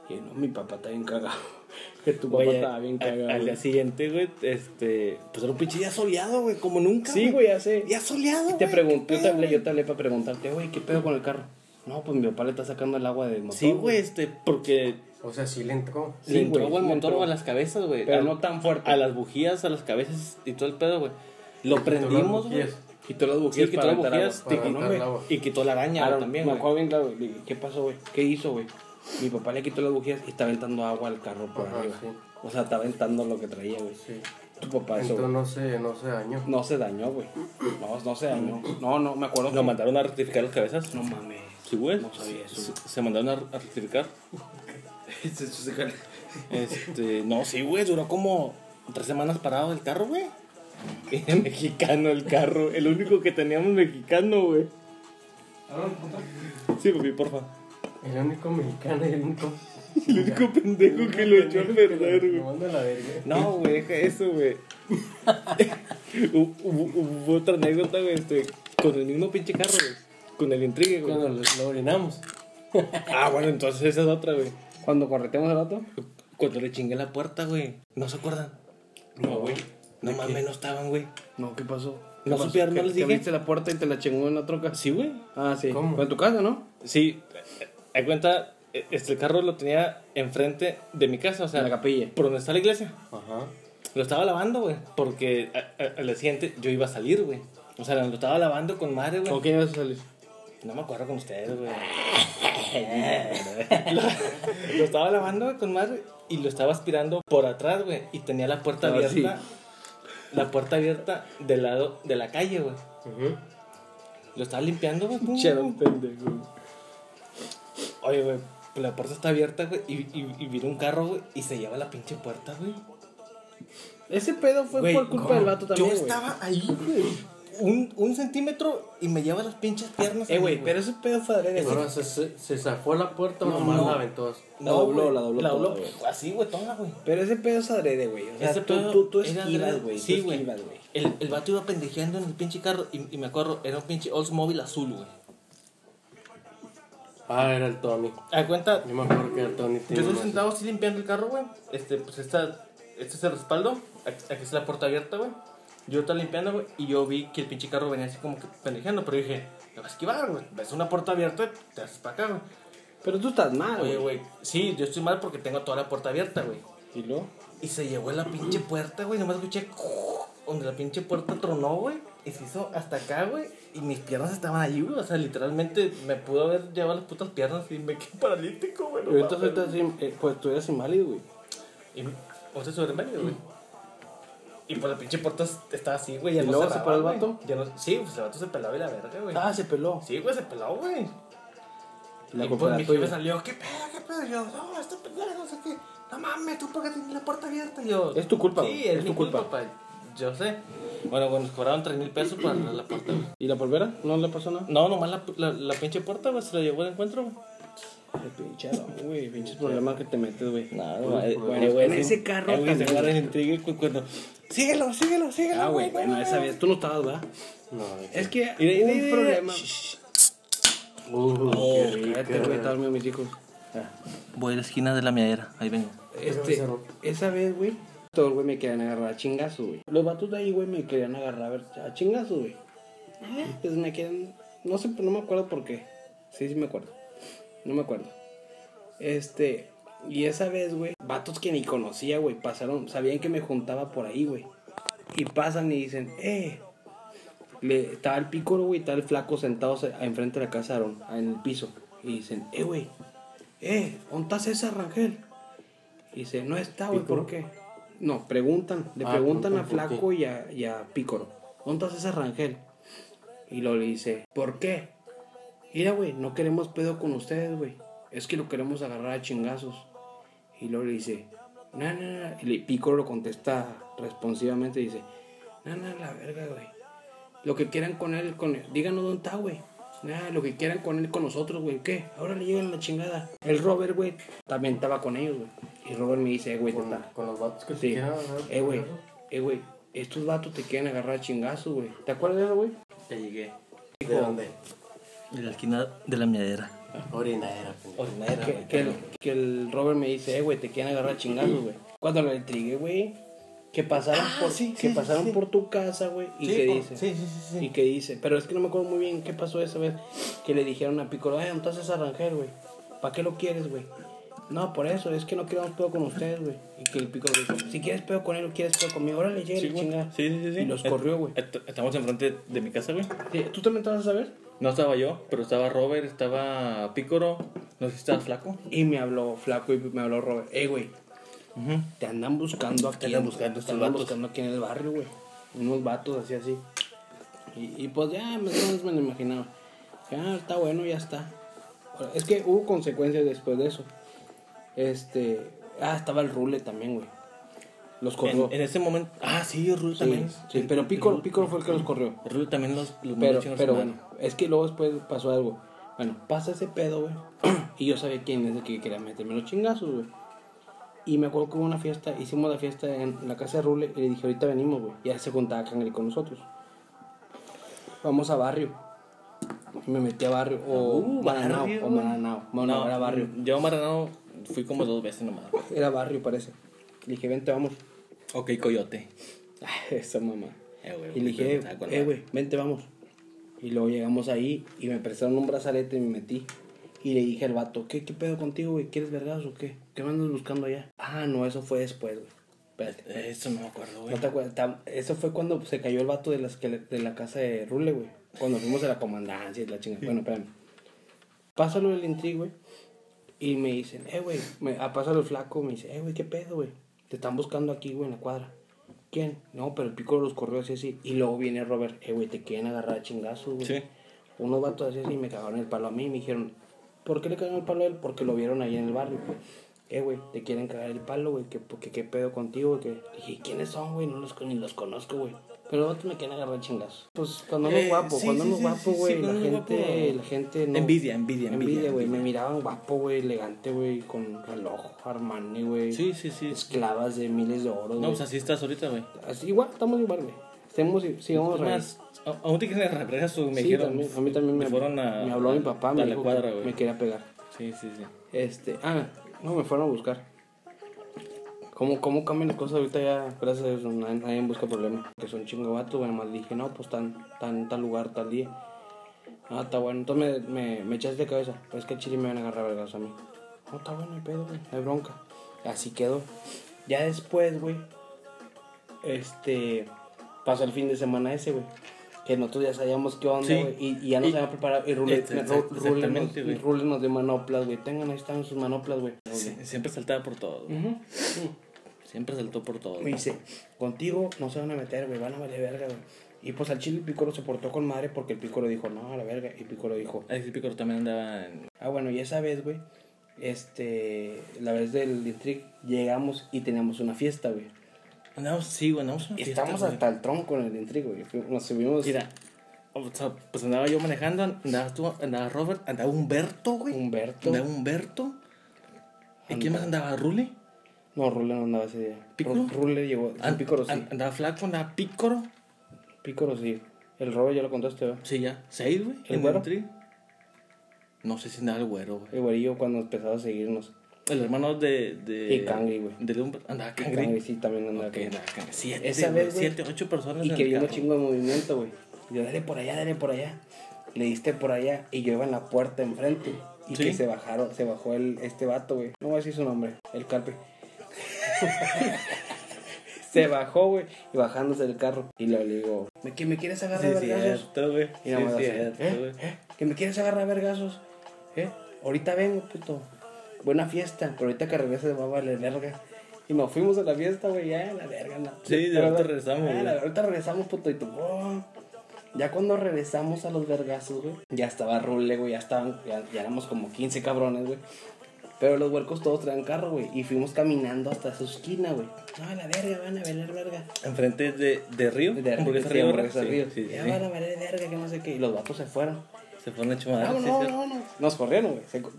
[SPEAKER 1] Y yo, no, mi papá está bien cagado. Que tu papá
[SPEAKER 5] Güey,
[SPEAKER 1] estaba bien
[SPEAKER 5] a-
[SPEAKER 1] cagado.
[SPEAKER 5] Al
[SPEAKER 1] güey.
[SPEAKER 5] día siguiente, güey, este. Pues era un pinche día soleado, güey, como nunca.
[SPEAKER 1] Sí, güey, ya sé.
[SPEAKER 5] Día soleado.
[SPEAKER 1] Te
[SPEAKER 5] güey,
[SPEAKER 1] pregunté,
[SPEAKER 5] qué
[SPEAKER 1] yo te hablé,
[SPEAKER 5] pedo,
[SPEAKER 1] yo te hablé para preguntarte, güey, ¿qué pedo con el carro? No, pues mi papá le está sacando el agua del motor.
[SPEAKER 5] Sí, güey, este, porque
[SPEAKER 3] O sea, sí le entró.
[SPEAKER 1] Sí,
[SPEAKER 5] le
[SPEAKER 1] güey,
[SPEAKER 5] entró, güey, el
[SPEAKER 1] le
[SPEAKER 5] motor
[SPEAKER 1] entró.
[SPEAKER 5] güey, a las cabezas, güey.
[SPEAKER 1] Pero
[SPEAKER 5] a,
[SPEAKER 1] no tan fuerte.
[SPEAKER 5] a las bujías, a las cabezas y todo el pedo, güey. Lo prendimos, güey.
[SPEAKER 3] bujías.
[SPEAKER 1] Quitó las
[SPEAKER 5] Sí, quitó las bujías
[SPEAKER 3] para
[SPEAKER 5] te quitó-
[SPEAKER 3] aventar el agua.
[SPEAKER 5] y quitó la araña güey, también,
[SPEAKER 1] también, me
[SPEAKER 5] güey.
[SPEAKER 1] acuerdo bien claro, le dije, ¿qué pasó, güey? ¿Qué hizo, güey? Mi papá le quitó las bujías y está aventando agua al carro por
[SPEAKER 3] Ajá,
[SPEAKER 1] arriba.
[SPEAKER 3] sí.
[SPEAKER 1] O sea, está aventando lo que traía, güey.
[SPEAKER 3] Sí.
[SPEAKER 1] Tu papá eso,
[SPEAKER 3] Entonces
[SPEAKER 1] güey.
[SPEAKER 3] no se, no se dañó.
[SPEAKER 1] No se dañó, güey. No, no se dañó. No, no, me acuerdo.
[SPEAKER 5] Lo
[SPEAKER 1] que-
[SPEAKER 5] mandaron a rectificar las cabezas.
[SPEAKER 1] No mames.
[SPEAKER 5] Sí, güey.
[SPEAKER 1] No sabía eso.
[SPEAKER 5] Se, se mandaron a, a rectificar. Este, no, sí, güey, duró como tres semanas parado el carro, güey. Era mexicano el carro, el único que teníamos mexicano, güey. Sí, papi, porfa.
[SPEAKER 3] El único mexicano y el único.
[SPEAKER 5] El único pendejo que lo echó a perder,
[SPEAKER 3] Lo
[SPEAKER 5] güey.
[SPEAKER 3] manda a la verga.
[SPEAKER 5] No, güey, deja eso, güey. Hubo- hubo, hubo otra anécdota, güey, este, con el mismo pinche carro, güey. Con el intrigue, güey.
[SPEAKER 3] Cuando lo, lo orinamos.
[SPEAKER 5] Ah, bueno, entonces esa es otra, güey.
[SPEAKER 1] Cuando corretemos el rato,
[SPEAKER 5] Cuando le chingué la puerta, güey. ¿No se acuerdan? No, güey. No mames, no estaban, güey.
[SPEAKER 1] no, ¿qué pasó?
[SPEAKER 5] No
[SPEAKER 1] ¿Qué pasó?
[SPEAKER 5] supieron, no
[SPEAKER 1] ¿Que-
[SPEAKER 5] les
[SPEAKER 1] que
[SPEAKER 5] dije?
[SPEAKER 1] abriste la puerta y te la chingó en la troca.
[SPEAKER 5] Sí, güey.
[SPEAKER 1] Ah, sí.
[SPEAKER 3] ¿Cómo?
[SPEAKER 1] Fue en tu casa, ¿no?
[SPEAKER 5] Sí, a cuenta, eh, este el carro lo tenía enfrente de mi casa, o sea,
[SPEAKER 1] En la capilla.
[SPEAKER 5] por donde está la iglesia.
[SPEAKER 3] Ajá.
[SPEAKER 5] Lo estaba lavando, güey, porque a- a- al día siguiente yo iba a salir, güey. O sea, lo estaba lavando con madre, güey.
[SPEAKER 1] ¿Con quién ibas a salir?
[SPEAKER 5] No me acuerdo con ustedes, güey. lo, lo estaba lavando güey, con madre y lo estaba aspirando por atrás, güey. Y tenía la puerta
[SPEAKER 1] Ah, sí.
[SPEAKER 5] abierta. La puerta abierta del lado de la calle, güey. Lo estaba limpiando, güey. pum, pum.
[SPEAKER 1] pendejo.
[SPEAKER 5] Oye, güey, pues la puerta está abierta, güey. Y, y, y viene un carro, güey, y se lleva la pinche puerta, güey.
[SPEAKER 1] Ese pedo fue
[SPEAKER 5] Güey,
[SPEAKER 1] por culpa
[SPEAKER 5] ¿cómo?
[SPEAKER 1] del vato también,
[SPEAKER 5] Yo
[SPEAKER 1] güey.
[SPEAKER 5] estaba ahí, güey. Un, un centímetro y me lleva las pinches piernas.
[SPEAKER 1] Eh,
[SPEAKER 5] ahí,
[SPEAKER 1] güey, pero ese pedo fue adrede, güey.
[SPEAKER 3] Ahora se, se, se zafó la puerta o
[SPEAKER 5] No,
[SPEAKER 3] nomás
[SPEAKER 5] no.
[SPEAKER 3] la aventó.
[SPEAKER 1] La dobló,
[SPEAKER 5] güey,
[SPEAKER 1] la dobló
[SPEAKER 5] La
[SPEAKER 1] toda,
[SPEAKER 5] dobló.
[SPEAKER 1] güey.
[SPEAKER 5] Así, güey, toma, güey.
[SPEAKER 1] Pero ese pedo es adrede, güey. O sea,
[SPEAKER 5] Ese
[SPEAKER 1] tú,
[SPEAKER 5] pedo
[SPEAKER 1] tú, tú
[SPEAKER 5] era
[SPEAKER 1] esquivas,
[SPEAKER 5] adrede.
[SPEAKER 1] güey.
[SPEAKER 5] Sí,
[SPEAKER 1] Sí,
[SPEAKER 5] güey.
[SPEAKER 1] esquivas, güey.
[SPEAKER 5] El, el vato iba pendejeando en el pinche carro y, y me acuerdo, era un pinche Oldsmobile azul, güey.
[SPEAKER 3] Ah, era el Tony.
[SPEAKER 5] A cuenta,
[SPEAKER 3] Yo me acuerdo que el Tony
[SPEAKER 5] yo
[SPEAKER 3] tenía.
[SPEAKER 5] estoy
[SPEAKER 3] uno
[SPEAKER 5] sentado así limpiando el carro, güey. Este, pues esta, este es el respaldo. Aquí, aquí está la puerta abierta, güey. Yo estaba limpiando, güey, y yo vi que el pinche carro venía así como que pendejeando, pero dije, te vas a esquivar, güey. Ves una puerta abierta, te haces para acá, güey.
[SPEAKER 1] Pero tú estás mal,
[SPEAKER 5] Oye,
[SPEAKER 1] güey.
[SPEAKER 5] güey, sí, yo estoy mal porque tengo toda la puerta abierta, güey.
[SPEAKER 1] ¿Y luego?
[SPEAKER 5] Y se llevó la pinche puerta, güey. Nomás escuché donde la pinche puerta tronó, güey. Y se hizo hasta acá, güey. Y mis piernas estaban allí, güey. O sea, literalmente me pudo haber llevado las putas piernas y me quedé paralítico, güey. no
[SPEAKER 1] Pero entonces
[SPEAKER 5] mames.
[SPEAKER 1] estás, in- eh, pues tú eres inválido, güey.
[SPEAKER 5] Y o sea, sobre medio, güey. Y pues la pinche puerta estaba así, güey. Ya
[SPEAKER 1] ¿Y
[SPEAKER 5] no
[SPEAKER 1] luego se
[SPEAKER 5] cerraba,
[SPEAKER 1] paró el
[SPEAKER 5] güey.
[SPEAKER 1] vato?
[SPEAKER 5] Ya no- sí, pues el vato se pelaba y la verga, güey.
[SPEAKER 1] Ah, se peló.
[SPEAKER 5] Sí, güey, se pelaba, güey.
[SPEAKER 1] La
[SPEAKER 5] y
[SPEAKER 1] culpa
[SPEAKER 5] pues
[SPEAKER 1] era
[SPEAKER 5] mi jefe
[SPEAKER 1] tuya.
[SPEAKER 5] salió, ¿qué pedo, qué pedo? Y yo, no, este pendejo, no sé qué. No mames, tú porque tienes la puerta abierta. Y yo,
[SPEAKER 1] Es tu culpa,
[SPEAKER 5] Sí,
[SPEAKER 1] güey,
[SPEAKER 5] es,
[SPEAKER 1] es
[SPEAKER 5] mi
[SPEAKER 1] tu
[SPEAKER 5] culpa.
[SPEAKER 1] culpa.
[SPEAKER 5] pa- Yo sé. Bueno, bueno, nos cobraron 3 mil pesos para arreglar la puerta, güey.
[SPEAKER 1] ¿Y la polvera? ¿No le pasó nada?
[SPEAKER 5] No, nomás la, la, la pinche puerta, güey, se la llevó al encuentro, güey.
[SPEAKER 1] Qué pinchado, güey. Pinches problemas que te metes, güey.
[SPEAKER 5] güey,
[SPEAKER 1] bueno,
[SPEAKER 5] güey,
[SPEAKER 1] con
[SPEAKER 5] sí.
[SPEAKER 1] ese carro
[SPEAKER 5] Eh, güey, se
[SPEAKER 1] también.
[SPEAKER 5] agarra el intrigue cu- cuando. Síguelo, síguelo, síguelo.
[SPEAKER 1] Ah, güey, bueno, esa vez tú no estabas, ¿verdad?
[SPEAKER 3] No,
[SPEAKER 5] Eh.
[SPEAKER 1] Es que
[SPEAKER 5] Y de ahí
[SPEAKER 1] hubo un problema.
[SPEAKER 3] Uh,
[SPEAKER 1] Oh,
[SPEAKER 3] qué rica.
[SPEAKER 1] cállate, güey, estaban dormidos mis hijos.
[SPEAKER 5] Voy a la esquina de la miadera, ahí vengo.
[SPEAKER 1] Este, esa vez, güey, Todos, güey, me querían agarrar a chingazo, güey. Los vatos de ahí, güey, me querían agarrar a, ver, a chingazo, güey. Eh, Pues me querían... No sé, no me acuerdo por qué. Sí, sí me acuerdo. No me acuerdo. Este... Y esa vez, güey, vatos que ni conocía, güey, pasaron... Sabían que me juntaba por ahí, güey. Y pasan y dicen, eh... Le, estaba el pícoro, güey, estaba el flaco sentado se- enfrente de la casa de Aarón, en el piso. Y dicen, eh, güey, eh, ¿dónde está esa Rangel? Y dice, no está, güey, ¿por
[SPEAKER 3] ¿Pícoro?
[SPEAKER 1] qué? No, preguntan, le
[SPEAKER 3] Ah,
[SPEAKER 1] preguntan a
[SPEAKER 3] preguntan por
[SPEAKER 1] Flaco y a, y a Pícoro, ¿dónde está esa Rangel? Y lo le dice, ¿por qué? Mira, güey, no queremos pedo con ustedes, güey. Es que lo queremos agarrar a chingazos. Y luego le dice, no, no, no. Y le- Piccolo lo contesta responsivamente y dice, no, no, la verga, güey. Lo que quieran con él, con él, díganos dónde está, güey. Nada, lo que quieran con él, con nosotros, güey. ¿Qué? Ahora le llegan la chingada. El Robert, güey, también estaba con ellos, güey. Y Robert me dice, eh, güey,
[SPEAKER 3] Con,
[SPEAKER 1] total.
[SPEAKER 3] con los vatos que te
[SPEAKER 1] Sí.
[SPEAKER 3] quieran agarrar.
[SPEAKER 1] Eh, güey, eh, güey. Estos vatos te quieren agarrar a chingazos, güey. ¿Te acuerdas de eso, güey?
[SPEAKER 2] Ya llegué.
[SPEAKER 3] ¿De dónde?
[SPEAKER 2] De la esquina de la miadera.
[SPEAKER 3] Orinadera, pendejo.
[SPEAKER 2] Ordinera,
[SPEAKER 1] Que, que el, que el Robert me dice, eh, güey, te quieren agarrar a chingazos, güey. Cuando lo intrigué, güey, que pasaron, por,
[SPEAKER 2] Ah, sí,
[SPEAKER 1] que
[SPEAKER 2] sí,
[SPEAKER 1] pasaron
[SPEAKER 2] sí.
[SPEAKER 1] por tu casa, güey, y que dice,
[SPEAKER 2] Sí, sí, sí.
[SPEAKER 1] y que dice, pero es que no me acuerdo muy bien qué pasó esa vez, que le dijeron a Piccolo, ay, entonces a Rangel, güey, ¿para qué lo quieres, güey? No, por eso, es que no queremos pedo con ustedes, güey. Y que el Piccolo dijo, si quieres pedo con él, o quieres pedo conmigo, órale, llega
[SPEAKER 2] Sí,
[SPEAKER 1] y
[SPEAKER 2] güey.
[SPEAKER 1] chinga.
[SPEAKER 2] sí, sí, sí, sí.
[SPEAKER 1] Y los
[SPEAKER 2] Eh,
[SPEAKER 1] corrió, güey.
[SPEAKER 2] eh, Estamos enfrente de mi casa, güey.
[SPEAKER 1] Sí, ¿Tú también te vas a saber?
[SPEAKER 2] No estaba yo, pero estaba Robert, estaba Pícoro. No sé si estaba flaco.
[SPEAKER 1] Y me habló Flaco y me habló Robert, eh, güey, Te andan buscando aquí.
[SPEAKER 2] Te andan buscando estos
[SPEAKER 1] te andan
[SPEAKER 2] vatos.
[SPEAKER 1] buscando aquí en el barrio, güey. Unos vatos así, así. Y, y pues ya, más o menos me lo imaginaba. Ya, está bueno, ya está. Ahora, Es que hubo consecuencias después de eso. Este. Ah, estaba el Rule también, güey. Los corrió.
[SPEAKER 2] En, en ese momento. Ah, sí, Rulo
[SPEAKER 1] sí,
[SPEAKER 2] también.
[SPEAKER 1] sí, pero Piccolo, Piccolo fue el que los corrió.
[SPEAKER 2] Rulo también los, los mandó
[SPEAKER 1] Pero,
[SPEAKER 2] a chingar
[SPEAKER 1] pero
[SPEAKER 2] su
[SPEAKER 1] bueno,
[SPEAKER 2] madre.
[SPEAKER 1] es que luego después pasó algo. Bueno, pasa ese pedo, güey. y yo sabía quién es el que quería meterme los chingazos, güey. Y me acuerdo que hubo una fiesta, hicimos la fiesta en la casa de Rule y le dije, ahorita venimos, güey. Ya se contaba Cangre con nosotros. Vamos a barrio. Y me metí a barrio. O
[SPEAKER 2] Uh,
[SPEAKER 1] Maranao,
[SPEAKER 2] barrio,
[SPEAKER 1] o
[SPEAKER 2] güey.
[SPEAKER 1] Maranao. Maranao era barrio.
[SPEAKER 2] mm, Yo a Maranao fui como dos veces nomás.
[SPEAKER 1] Era barrio, parece. Le dije, vente, vamos.
[SPEAKER 2] Ok, Coyote.
[SPEAKER 1] Esa mamá.
[SPEAKER 2] Eh, güey,
[SPEAKER 1] Y le dije,
[SPEAKER 2] estaba con
[SPEAKER 1] eh,
[SPEAKER 2] madre.
[SPEAKER 1] güey, vente, vamos. Y luego llegamos ahí y me prestaron un brazalete y me metí. Y le dije al vato, ¿qué, qué pedo contigo, güey? ¿Quieres vergas o qué? ¿Qué me andas buscando allá? Ah, no, eso fue después, güey. Espérate.
[SPEAKER 2] Eso no me acuerdo, güey.
[SPEAKER 1] No te acuerdas, tam- eso fue cuando se cayó el vato de, las que le- de la casa de Rule, güey. Cuando fuimos a la comandancia y la chingada. Bueno, espérame. Pásalo del intrigue, güey. Y me dicen, eh, güey. Me, a pásalo el flaco. Me dice, eh, güey, qué pedo, güey. Te están buscando aquí, güey, en la cuadra. ¿Quién? No, pero el pico los corrió así, así. Y luego viene Robert, eh, güey, te quieren agarrar a chingazos, güey.
[SPEAKER 2] Sí.
[SPEAKER 1] Unos vatos así, así, me cagaron el palo a mí. Y me dijeron, ¿por qué le cagaron el palo a él? Porque lo vieron ahí en el barrio, güey. Eh, güey, te quieren cagar el palo, güey, que, porque qué pedo contigo, güey. que- Dije, ¿quiénes son, güey? No los, con- ni los conozco, güey. Pero los vatos me quieren agarrar a chingazos. Pues cuando uno
[SPEAKER 2] Eh,
[SPEAKER 1] es guapo,
[SPEAKER 2] sí,
[SPEAKER 1] cuando
[SPEAKER 2] sí,
[SPEAKER 1] uno
[SPEAKER 2] sí,
[SPEAKER 1] es guapo,
[SPEAKER 2] sí, sí,
[SPEAKER 1] güey, la,
[SPEAKER 2] cuando uno es
[SPEAKER 1] gente,
[SPEAKER 2] guapo.
[SPEAKER 1] la gente no...
[SPEAKER 2] Envidia, envidia,
[SPEAKER 1] Envidia,
[SPEAKER 2] envidia,
[SPEAKER 1] güey. Me
[SPEAKER 2] envidia.
[SPEAKER 1] miraban guapo, güey, elegante, güey, con reloj, Armani, güey.
[SPEAKER 2] Sí, sí, sí.
[SPEAKER 1] Esclavas de miles de oro,
[SPEAKER 2] No,
[SPEAKER 1] güey.
[SPEAKER 2] pues así estás ahorita, güey.
[SPEAKER 1] Así, igual, estamos igual, güey. Estemos, sigamos
[SPEAKER 2] Es más, Pues, a- aún te quieren regresar su me
[SPEAKER 1] Sí,
[SPEAKER 2] dijeron,
[SPEAKER 1] también, a mí también me,
[SPEAKER 2] fueron a,
[SPEAKER 1] me habló mi papá,
[SPEAKER 2] a
[SPEAKER 1] me
[SPEAKER 2] la
[SPEAKER 1] dijo
[SPEAKER 2] cuadra,
[SPEAKER 1] que
[SPEAKER 2] güey.
[SPEAKER 1] me quería pegar.
[SPEAKER 2] Sí, sí, sí.
[SPEAKER 1] Este, ah, no, me fueron a buscar. ¿Cómo, cómo cambian las cosas ahorita ya? Gracias a Dios, no, nadie, nadie busca problemas. Que son chingo vatos, bueno, más dije, no, pues tan, tan, tal lugar, tal día. Ah, está bueno. Entonces me, me, me echaste de cabeza. Pues que al chile me van a agarrar vergas a mí. No, está bueno el pedo, güey. No hay bronca. Así quedó. Ya después, güey. Este. Pasó el fin de semana ese, güey. Que nosotros ya sabíamos qué onda,
[SPEAKER 2] Sí.
[SPEAKER 1] güey. Y, y ya nos
[SPEAKER 2] Y- Este,
[SPEAKER 1] habíamos preparado. Y Rule,
[SPEAKER 2] Exact-
[SPEAKER 1] Ru- Rule, nos,
[SPEAKER 2] exactamente, güey.
[SPEAKER 1] Rule nos dio manoplas, güey. Tengan, ahí están sus manoplas, güey.
[SPEAKER 2] Sie- Siempre saltaba por todo. güey.
[SPEAKER 1] Ujú.
[SPEAKER 2] Siempre saltó por todo.
[SPEAKER 1] Me
[SPEAKER 2] güey.
[SPEAKER 1] dice, contigo no se van a meter, güey, van a valer verga, güey. Y pues al chile el Picoro se portó con madre porque el Picoro dijo, no, a la verga. Y Picoro dijo,
[SPEAKER 2] Alex Picor Ah, también andaba en...
[SPEAKER 1] Ah, bueno, y esa vez, güey, este, la vez del District, llegamos y teníamos una fiesta, güey.
[SPEAKER 2] Andamos, sí, güey, andamos a una fiesta,
[SPEAKER 1] Estamos
[SPEAKER 2] güey.
[SPEAKER 1] hasta el tronco en el District, güey. Fui- Nos subimos
[SPEAKER 2] Mira, o sea, pues andaba yo manejando, andabas tú, andaba Robert, andaba Humberto, güey.
[SPEAKER 1] Humberto.
[SPEAKER 2] Andaba Humberto. ¿Y quién más andaba? ¿Rule?
[SPEAKER 1] No, Rule no andaba ese día.
[SPEAKER 2] ¿Pícoro?
[SPEAKER 1] Ru- Rule llegó. Sí,
[SPEAKER 2] An-
[SPEAKER 1] Pues, Pícoro sí.
[SPEAKER 2] an- andaba Flaco, andaba Pícoro.
[SPEAKER 1] Pícoro sí. El robo ya lo contaste, ¿verdad?
[SPEAKER 2] Sí, ya. Seis, güey.
[SPEAKER 1] ¿El
[SPEAKER 2] en
[SPEAKER 1] güero?
[SPEAKER 2] el tri. No sé si andaba el güero, güey.
[SPEAKER 1] El güerillo cuando empezaba a seguirnos.
[SPEAKER 2] El hermano de. de
[SPEAKER 1] Y Cangri, güey.
[SPEAKER 2] Del Umbra. Andaba
[SPEAKER 1] Y
[SPEAKER 2] Cangri.
[SPEAKER 1] sí, también andaba
[SPEAKER 2] Ok,
[SPEAKER 1] Cangri.
[SPEAKER 2] andaba Cangri. Siete,
[SPEAKER 1] Esa
[SPEAKER 2] güey,
[SPEAKER 1] vez, güey,
[SPEAKER 2] siete, ocho personas.
[SPEAKER 1] Y
[SPEAKER 2] en
[SPEAKER 1] que
[SPEAKER 2] el
[SPEAKER 1] vi un
[SPEAKER 2] carro.
[SPEAKER 1] chingo de movimiento, güey. Yo, dale por allá, dale por allá. Le diste por allá y yo iba en la puerta enfrente. Y
[SPEAKER 2] Sí.
[SPEAKER 1] que se bajaron, se bajó el, este vato, güey. No voy a decir su nombre, el carpe. se bajó, güey, y bajándose del carro. Y le digo, "¿Me- ¿que me quieres agarrar a
[SPEAKER 2] Sí,
[SPEAKER 1] vergazos?
[SPEAKER 2] cierto, güey.
[SPEAKER 1] Y nada
[SPEAKER 2] Sí,
[SPEAKER 1] más así,
[SPEAKER 2] cierto,
[SPEAKER 1] ¿eh?
[SPEAKER 2] güey.
[SPEAKER 1] ¿Que me quieres agarrar a vergazos? ¿Eh? Ahorita vengo, puto. Buena fiesta, pero ahorita que regrese va a valer verga. Y nos fuimos a la fiesta, güey, ya, la verga, no.
[SPEAKER 2] Sí, de
[SPEAKER 1] Pero
[SPEAKER 2] ahorita
[SPEAKER 1] no-
[SPEAKER 2] regresamos,
[SPEAKER 1] Ah,
[SPEAKER 2] güey.
[SPEAKER 1] la- ahorita regresamos, puto, y tú, oh. Ya cuando regresamos a los vergazos, güey, ya estaba rule, güey, ya estaban, ya, ya éramos como 15 cabrones, güey. Pero los huercos todos traían carro, güey, y fuimos caminando hasta su esquina, güey. No, la verga, van a valer verga.
[SPEAKER 2] Enfrente de, de Río.
[SPEAKER 1] De
[SPEAKER 2] Hamburguesa
[SPEAKER 1] sí,
[SPEAKER 2] Río.
[SPEAKER 1] hamburguesa
[SPEAKER 2] ¿verdad?
[SPEAKER 1] Río.
[SPEAKER 2] Sí, sí,
[SPEAKER 1] ya
[SPEAKER 2] sí.
[SPEAKER 1] van a valer verga, que no sé qué. Y los vatos se fueron.
[SPEAKER 2] Se fueron a chumar.
[SPEAKER 1] No,
[SPEAKER 2] sí,
[SPEAKER 1] no,
[SPEAKER 2] cierto.
[SPEAKER 1] no, no. Nos corrieron, güey. Se co-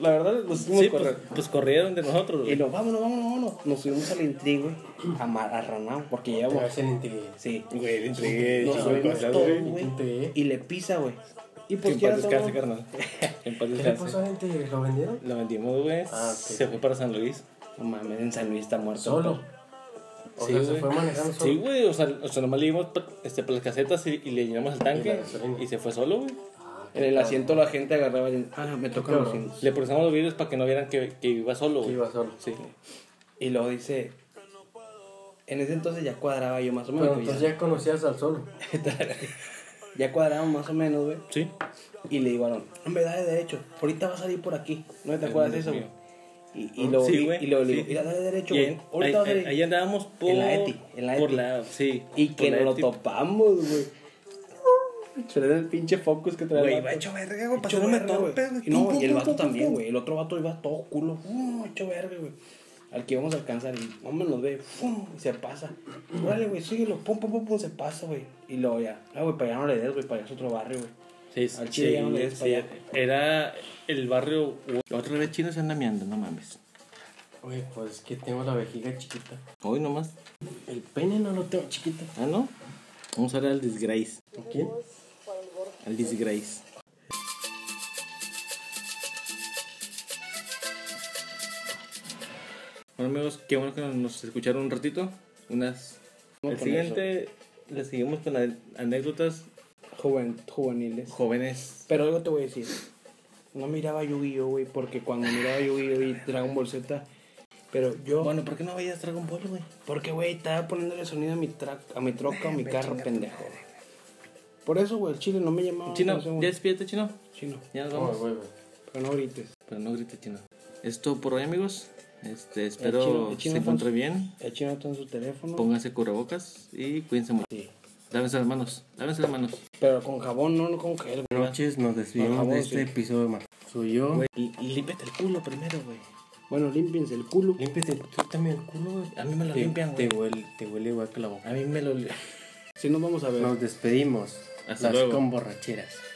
[SPEAKER 1] La verdad, nos hicimos
[SPEAKER 2] Sí, pues,
[SPEAKER 1] correr.
[SPEAKER 2] pues corrieron de nosotros,
[SPEAKER 1] Y
[SPEAKER 2] güey.
[SPEAKER 1] nos vámonos, vámonos, vámonos. Nos subimos al intrigo, güey, a, Mar- a Ranao, porque
[SPEAKER 3] Te
[SPEAKER 1] llevamos.
[SPEAKER 3] vas en intrigue.
[SPEAKER 1] Sí.
[SPEAKER 2] Güey, le entregué.
[SPEAKER 1] Nos
[SPEAKER 2] chingo de
[SPEAKER 1] subimos
[SPEAKER 2] cosas,
[SPEAKER 1] todos,
[SPEAKER 2] güey.
[SPEAKER 1] güey.
[SPEAKER 3] Intrigue.
[SPEAKER 1] Y le pisa, güey. Y
[SPEAKER 2] Que
[SPEAKER 1] pues
[SPEAKER 2] en paz
[SPEAKER 1] quieras o
[SPEAKER 2] descanse,
[SPEAKER 1] no,
[SPEAKER 2] carnal. Que En paz
[SPEAKER 3] ¿Qué le
[SPEAKER 2] descanse.
[SPEAKER 3] pasó a gente? ¿Lo vendieron?
[SPEAKER 2] Lo vendimos, güey.
[SPEAKER 3] Ah, ok.
[SPEAKER 2] Se fue para San Luis.
[SPEAKER 1] no mames, en San Luis está muerto.
[SPEAKER 3] Solo. O sea, se
[SPEAKER 2] güey.
[SPEAKER 3] fue manejando solo.
[SPEAKER 2] Sí, güey. O sea, o sea, nomás le dimos pa- este, para las casetas y, y le llenamos el
[SPEAKER 3] Y la
[SPEAKER 2] tanque.
[SPEAKER 3] gasolina.
[SPEAKER 2] Y se fue solo, güey.
[SPEAKER 3] Ah, qué
[SPEAKER 1] En el
[SPEAKER 3] cabrón.
[SPEAKER 1] asiento la gente agarraba y ah, me toca
[SPEAKER 3] Claro.
[SPEAKER 1] los cintos.
[SPEAKER 2] Le procesamos los vídeos para que no vieran que, que iba solo,
[SPEAKER 3] Que
[SPEAKER 2] güey.
[SPEAKER 3] iba solo.
[SPEAKER 2] Sí.
[SPEAKER 1] Y luego dice, en ese entonces ya cuadraba yo más o menos.
[SPEAKER 3] Pero
[SPEAKER 1] güey,
[SPEAKER 3] entonces
[SPEAKER 1] ya,
[SPEAKER 3] ya conocías al solo.
[SPEAKER 1] ya cuadraba más o menos, güey.
[SPEAKER 2] Sí.
[SPEAKER 1] Y le digo, no, hombre, dale derecho. Ahorita va a salir por aquí. ¿No te acuerdas de eso, güey?
[SPEAKER 2] mío.
[SPEAKER 1] Y, y lo,
[SPEAKER 2] Sí,
[SPEAKER 1] y-
[SPEAKER 2] güey,
[SPEAKER 1] y lo le digo,
[SPEAKER 2] sí.
[SPEAKER 1] mira, dale derecho,
[SPEAKER 2] Y
[SPEAKER 1] güey.
[SPEAKER 2] ahí,
[SPEAKER 1] Ahorita va a
[SPEAKER 2] ahí-
[SPEAKER 1] salir.
[SPEAKER 2] ahí andábamos por.
[SPEAKER 1] En la ETI, en la
[SPEAKER 2] Por
[SPEAKER 1] ETI.
[SPEAKER 2] la. Sí.
[SPEAKER 1] y
[SPEAKER 2] por
[SPEAKER 1] que
[SPEAKER 2] la
[SPEAKER 1] nos lo
[SPEAKER 2] ETI.
[SPEAKER 1] topamos, güey. Pero era el pinche focus que traía.
[SPEAKER 2] Güey,
[SPEAKER 1] el
[SPEAKER 2] va
[SPEAKER 1] vato.
[SPEAKER 2] hecho verga, güey.
[SPEAKER 1] Hecho
[SPEAKER 2] Pasándome
[SPEAKER 1] verga,
[SPEAKER 2] torpes,
[SPEAKER 1] güey.
[SPEAKER 2] güey.
[SPEAKER 1] Y No,
[SPEAKER 2] Pum,
[SPEAKER 1] y el
[SPEAKER 2] pum,
[SPEAKER 1] vato
[SPEAKER 2] pum, pum,
[SPEAKER 1] también,
[SPEAKER 2] pum.
[SPEAKER 1] güey. El otro vato iba todo culo. Uh, hecho verga, güey. Al que íbamos a alcanzar y hombre nos ve, ¡fum! y se pasa. Órale, güey, síguelo, pum, pum, pum, pum, se pasa, güey. Y luego ya, ah, güey, para allá no le des, güey, para allá es otro barrio, güey.
[SPEAKER 2] Sí,
[SPEAKER 1] Al chile ya no le des para allá.
[SPEAKER 2] Era el barrio. Otra vez chinos se anda meando, no mames.
[SPEAKER 3] Güey, pues es que tengo la vejiga chiquita.
[SPEAKER 2] Hoy nomás.
[SPEAKER 3] El pene no lo tengo chiquito.
[SPEAKER 2] Ah, no. Vamos a ver al disgrace.
[SPEAKER 3] ¿Quién?
[SPEAKER 2] Al disgrace. Bueno, amigos, qué bueno que nos escucharon un ratito. Unas.
[SPEAKER 1] Vamos
[SPEAKER 2] El
[SPEAKER 1] con eso.
[SPEAKER 2] siguiente le seguimos con ane- anécdotas
[SPEAKER 1] Juven- juveniles.
[SPEAKER 2] jóvenes.
[SPEAKER 1] Pero algo te voy a decir. No miraba Yu-Gi-Oh, güey, porque cuando miraba Yu-Gi-Oh y Dragon Ball Z, pero yo,
[SPEAKER 2] Bueno, ¿por qué no veías Dragon Ball, güey?
[SPEAKER 1] porque güey, estaba poniéndole sonido a mi tra a mi troca, a mi carro, pendejo. Por eso, güey, el chile no me llamaba. la
[SPEAKER 2] Chino,
[SPEAKER 1] atención,
[SPEAKER 2] ya
[SPEAKER 1] güey.
[SPEAKER 2] despídete, chino.
[SPEAKER 1] Chino.
[SPEAKER 2] Ya nos
[SPEAKER 3] No,
[SPEAKER 2] vamos.
[SPEAKER 3] güey, güey.
[SPEAKER 1] Pero no grites.
[SPEAKER 2] Pero no grite chino. Esto por hoy, amigos. Este, espero
[SPEAKER 1] chino- el chino
[SPEAKER 2] se encuentre
[SPEAKER 1] Alfonso.
[SPEAKER 2] bien.
[SPEAKER 1] El chino está en su teléfono.
[SPEAKER 2] Pónganse cubrebocas y cuídense mucho.
[SPEAKER 1] Sí.
[SPEAKER 2] Lávense las manos. Lávense las manos.
[SPEAKER 1] Pero con jabón, no, no con gel.
[SPEAKER 3] Buenas noches, nos despedimos
[SPEAKER 1] Por favor,
[SPEAKER 3] de este
[SPEAKER 1] sí.
[SPEAKER 3] episodio más. Soy yo.
[SPEAKER 2] Güey, l- límpiate el culo primero, güey.
[SPEAKER 1] Bueno, límpiense el culo.
[SPEAKER 3] Límpiate el- tú también el culo, güey.
[SPEAKER 2] A mí me lo
[SPEAKER 3] Te-
[SPEAKER 2] limpian, güey.
[SPEAKER 3] Te huele, te huele igual que la boca.
[SPEAKER 2] A mí me lo...
[SPEAKER 1] Si nos vamos a ver.
[SPEAKER 3] Nos despedimos.
[SPEAKER 2] Hasta
[SPEAKER 3] las
[SPEAKER 2] luego.
[SPEAKER 3] con borracheras.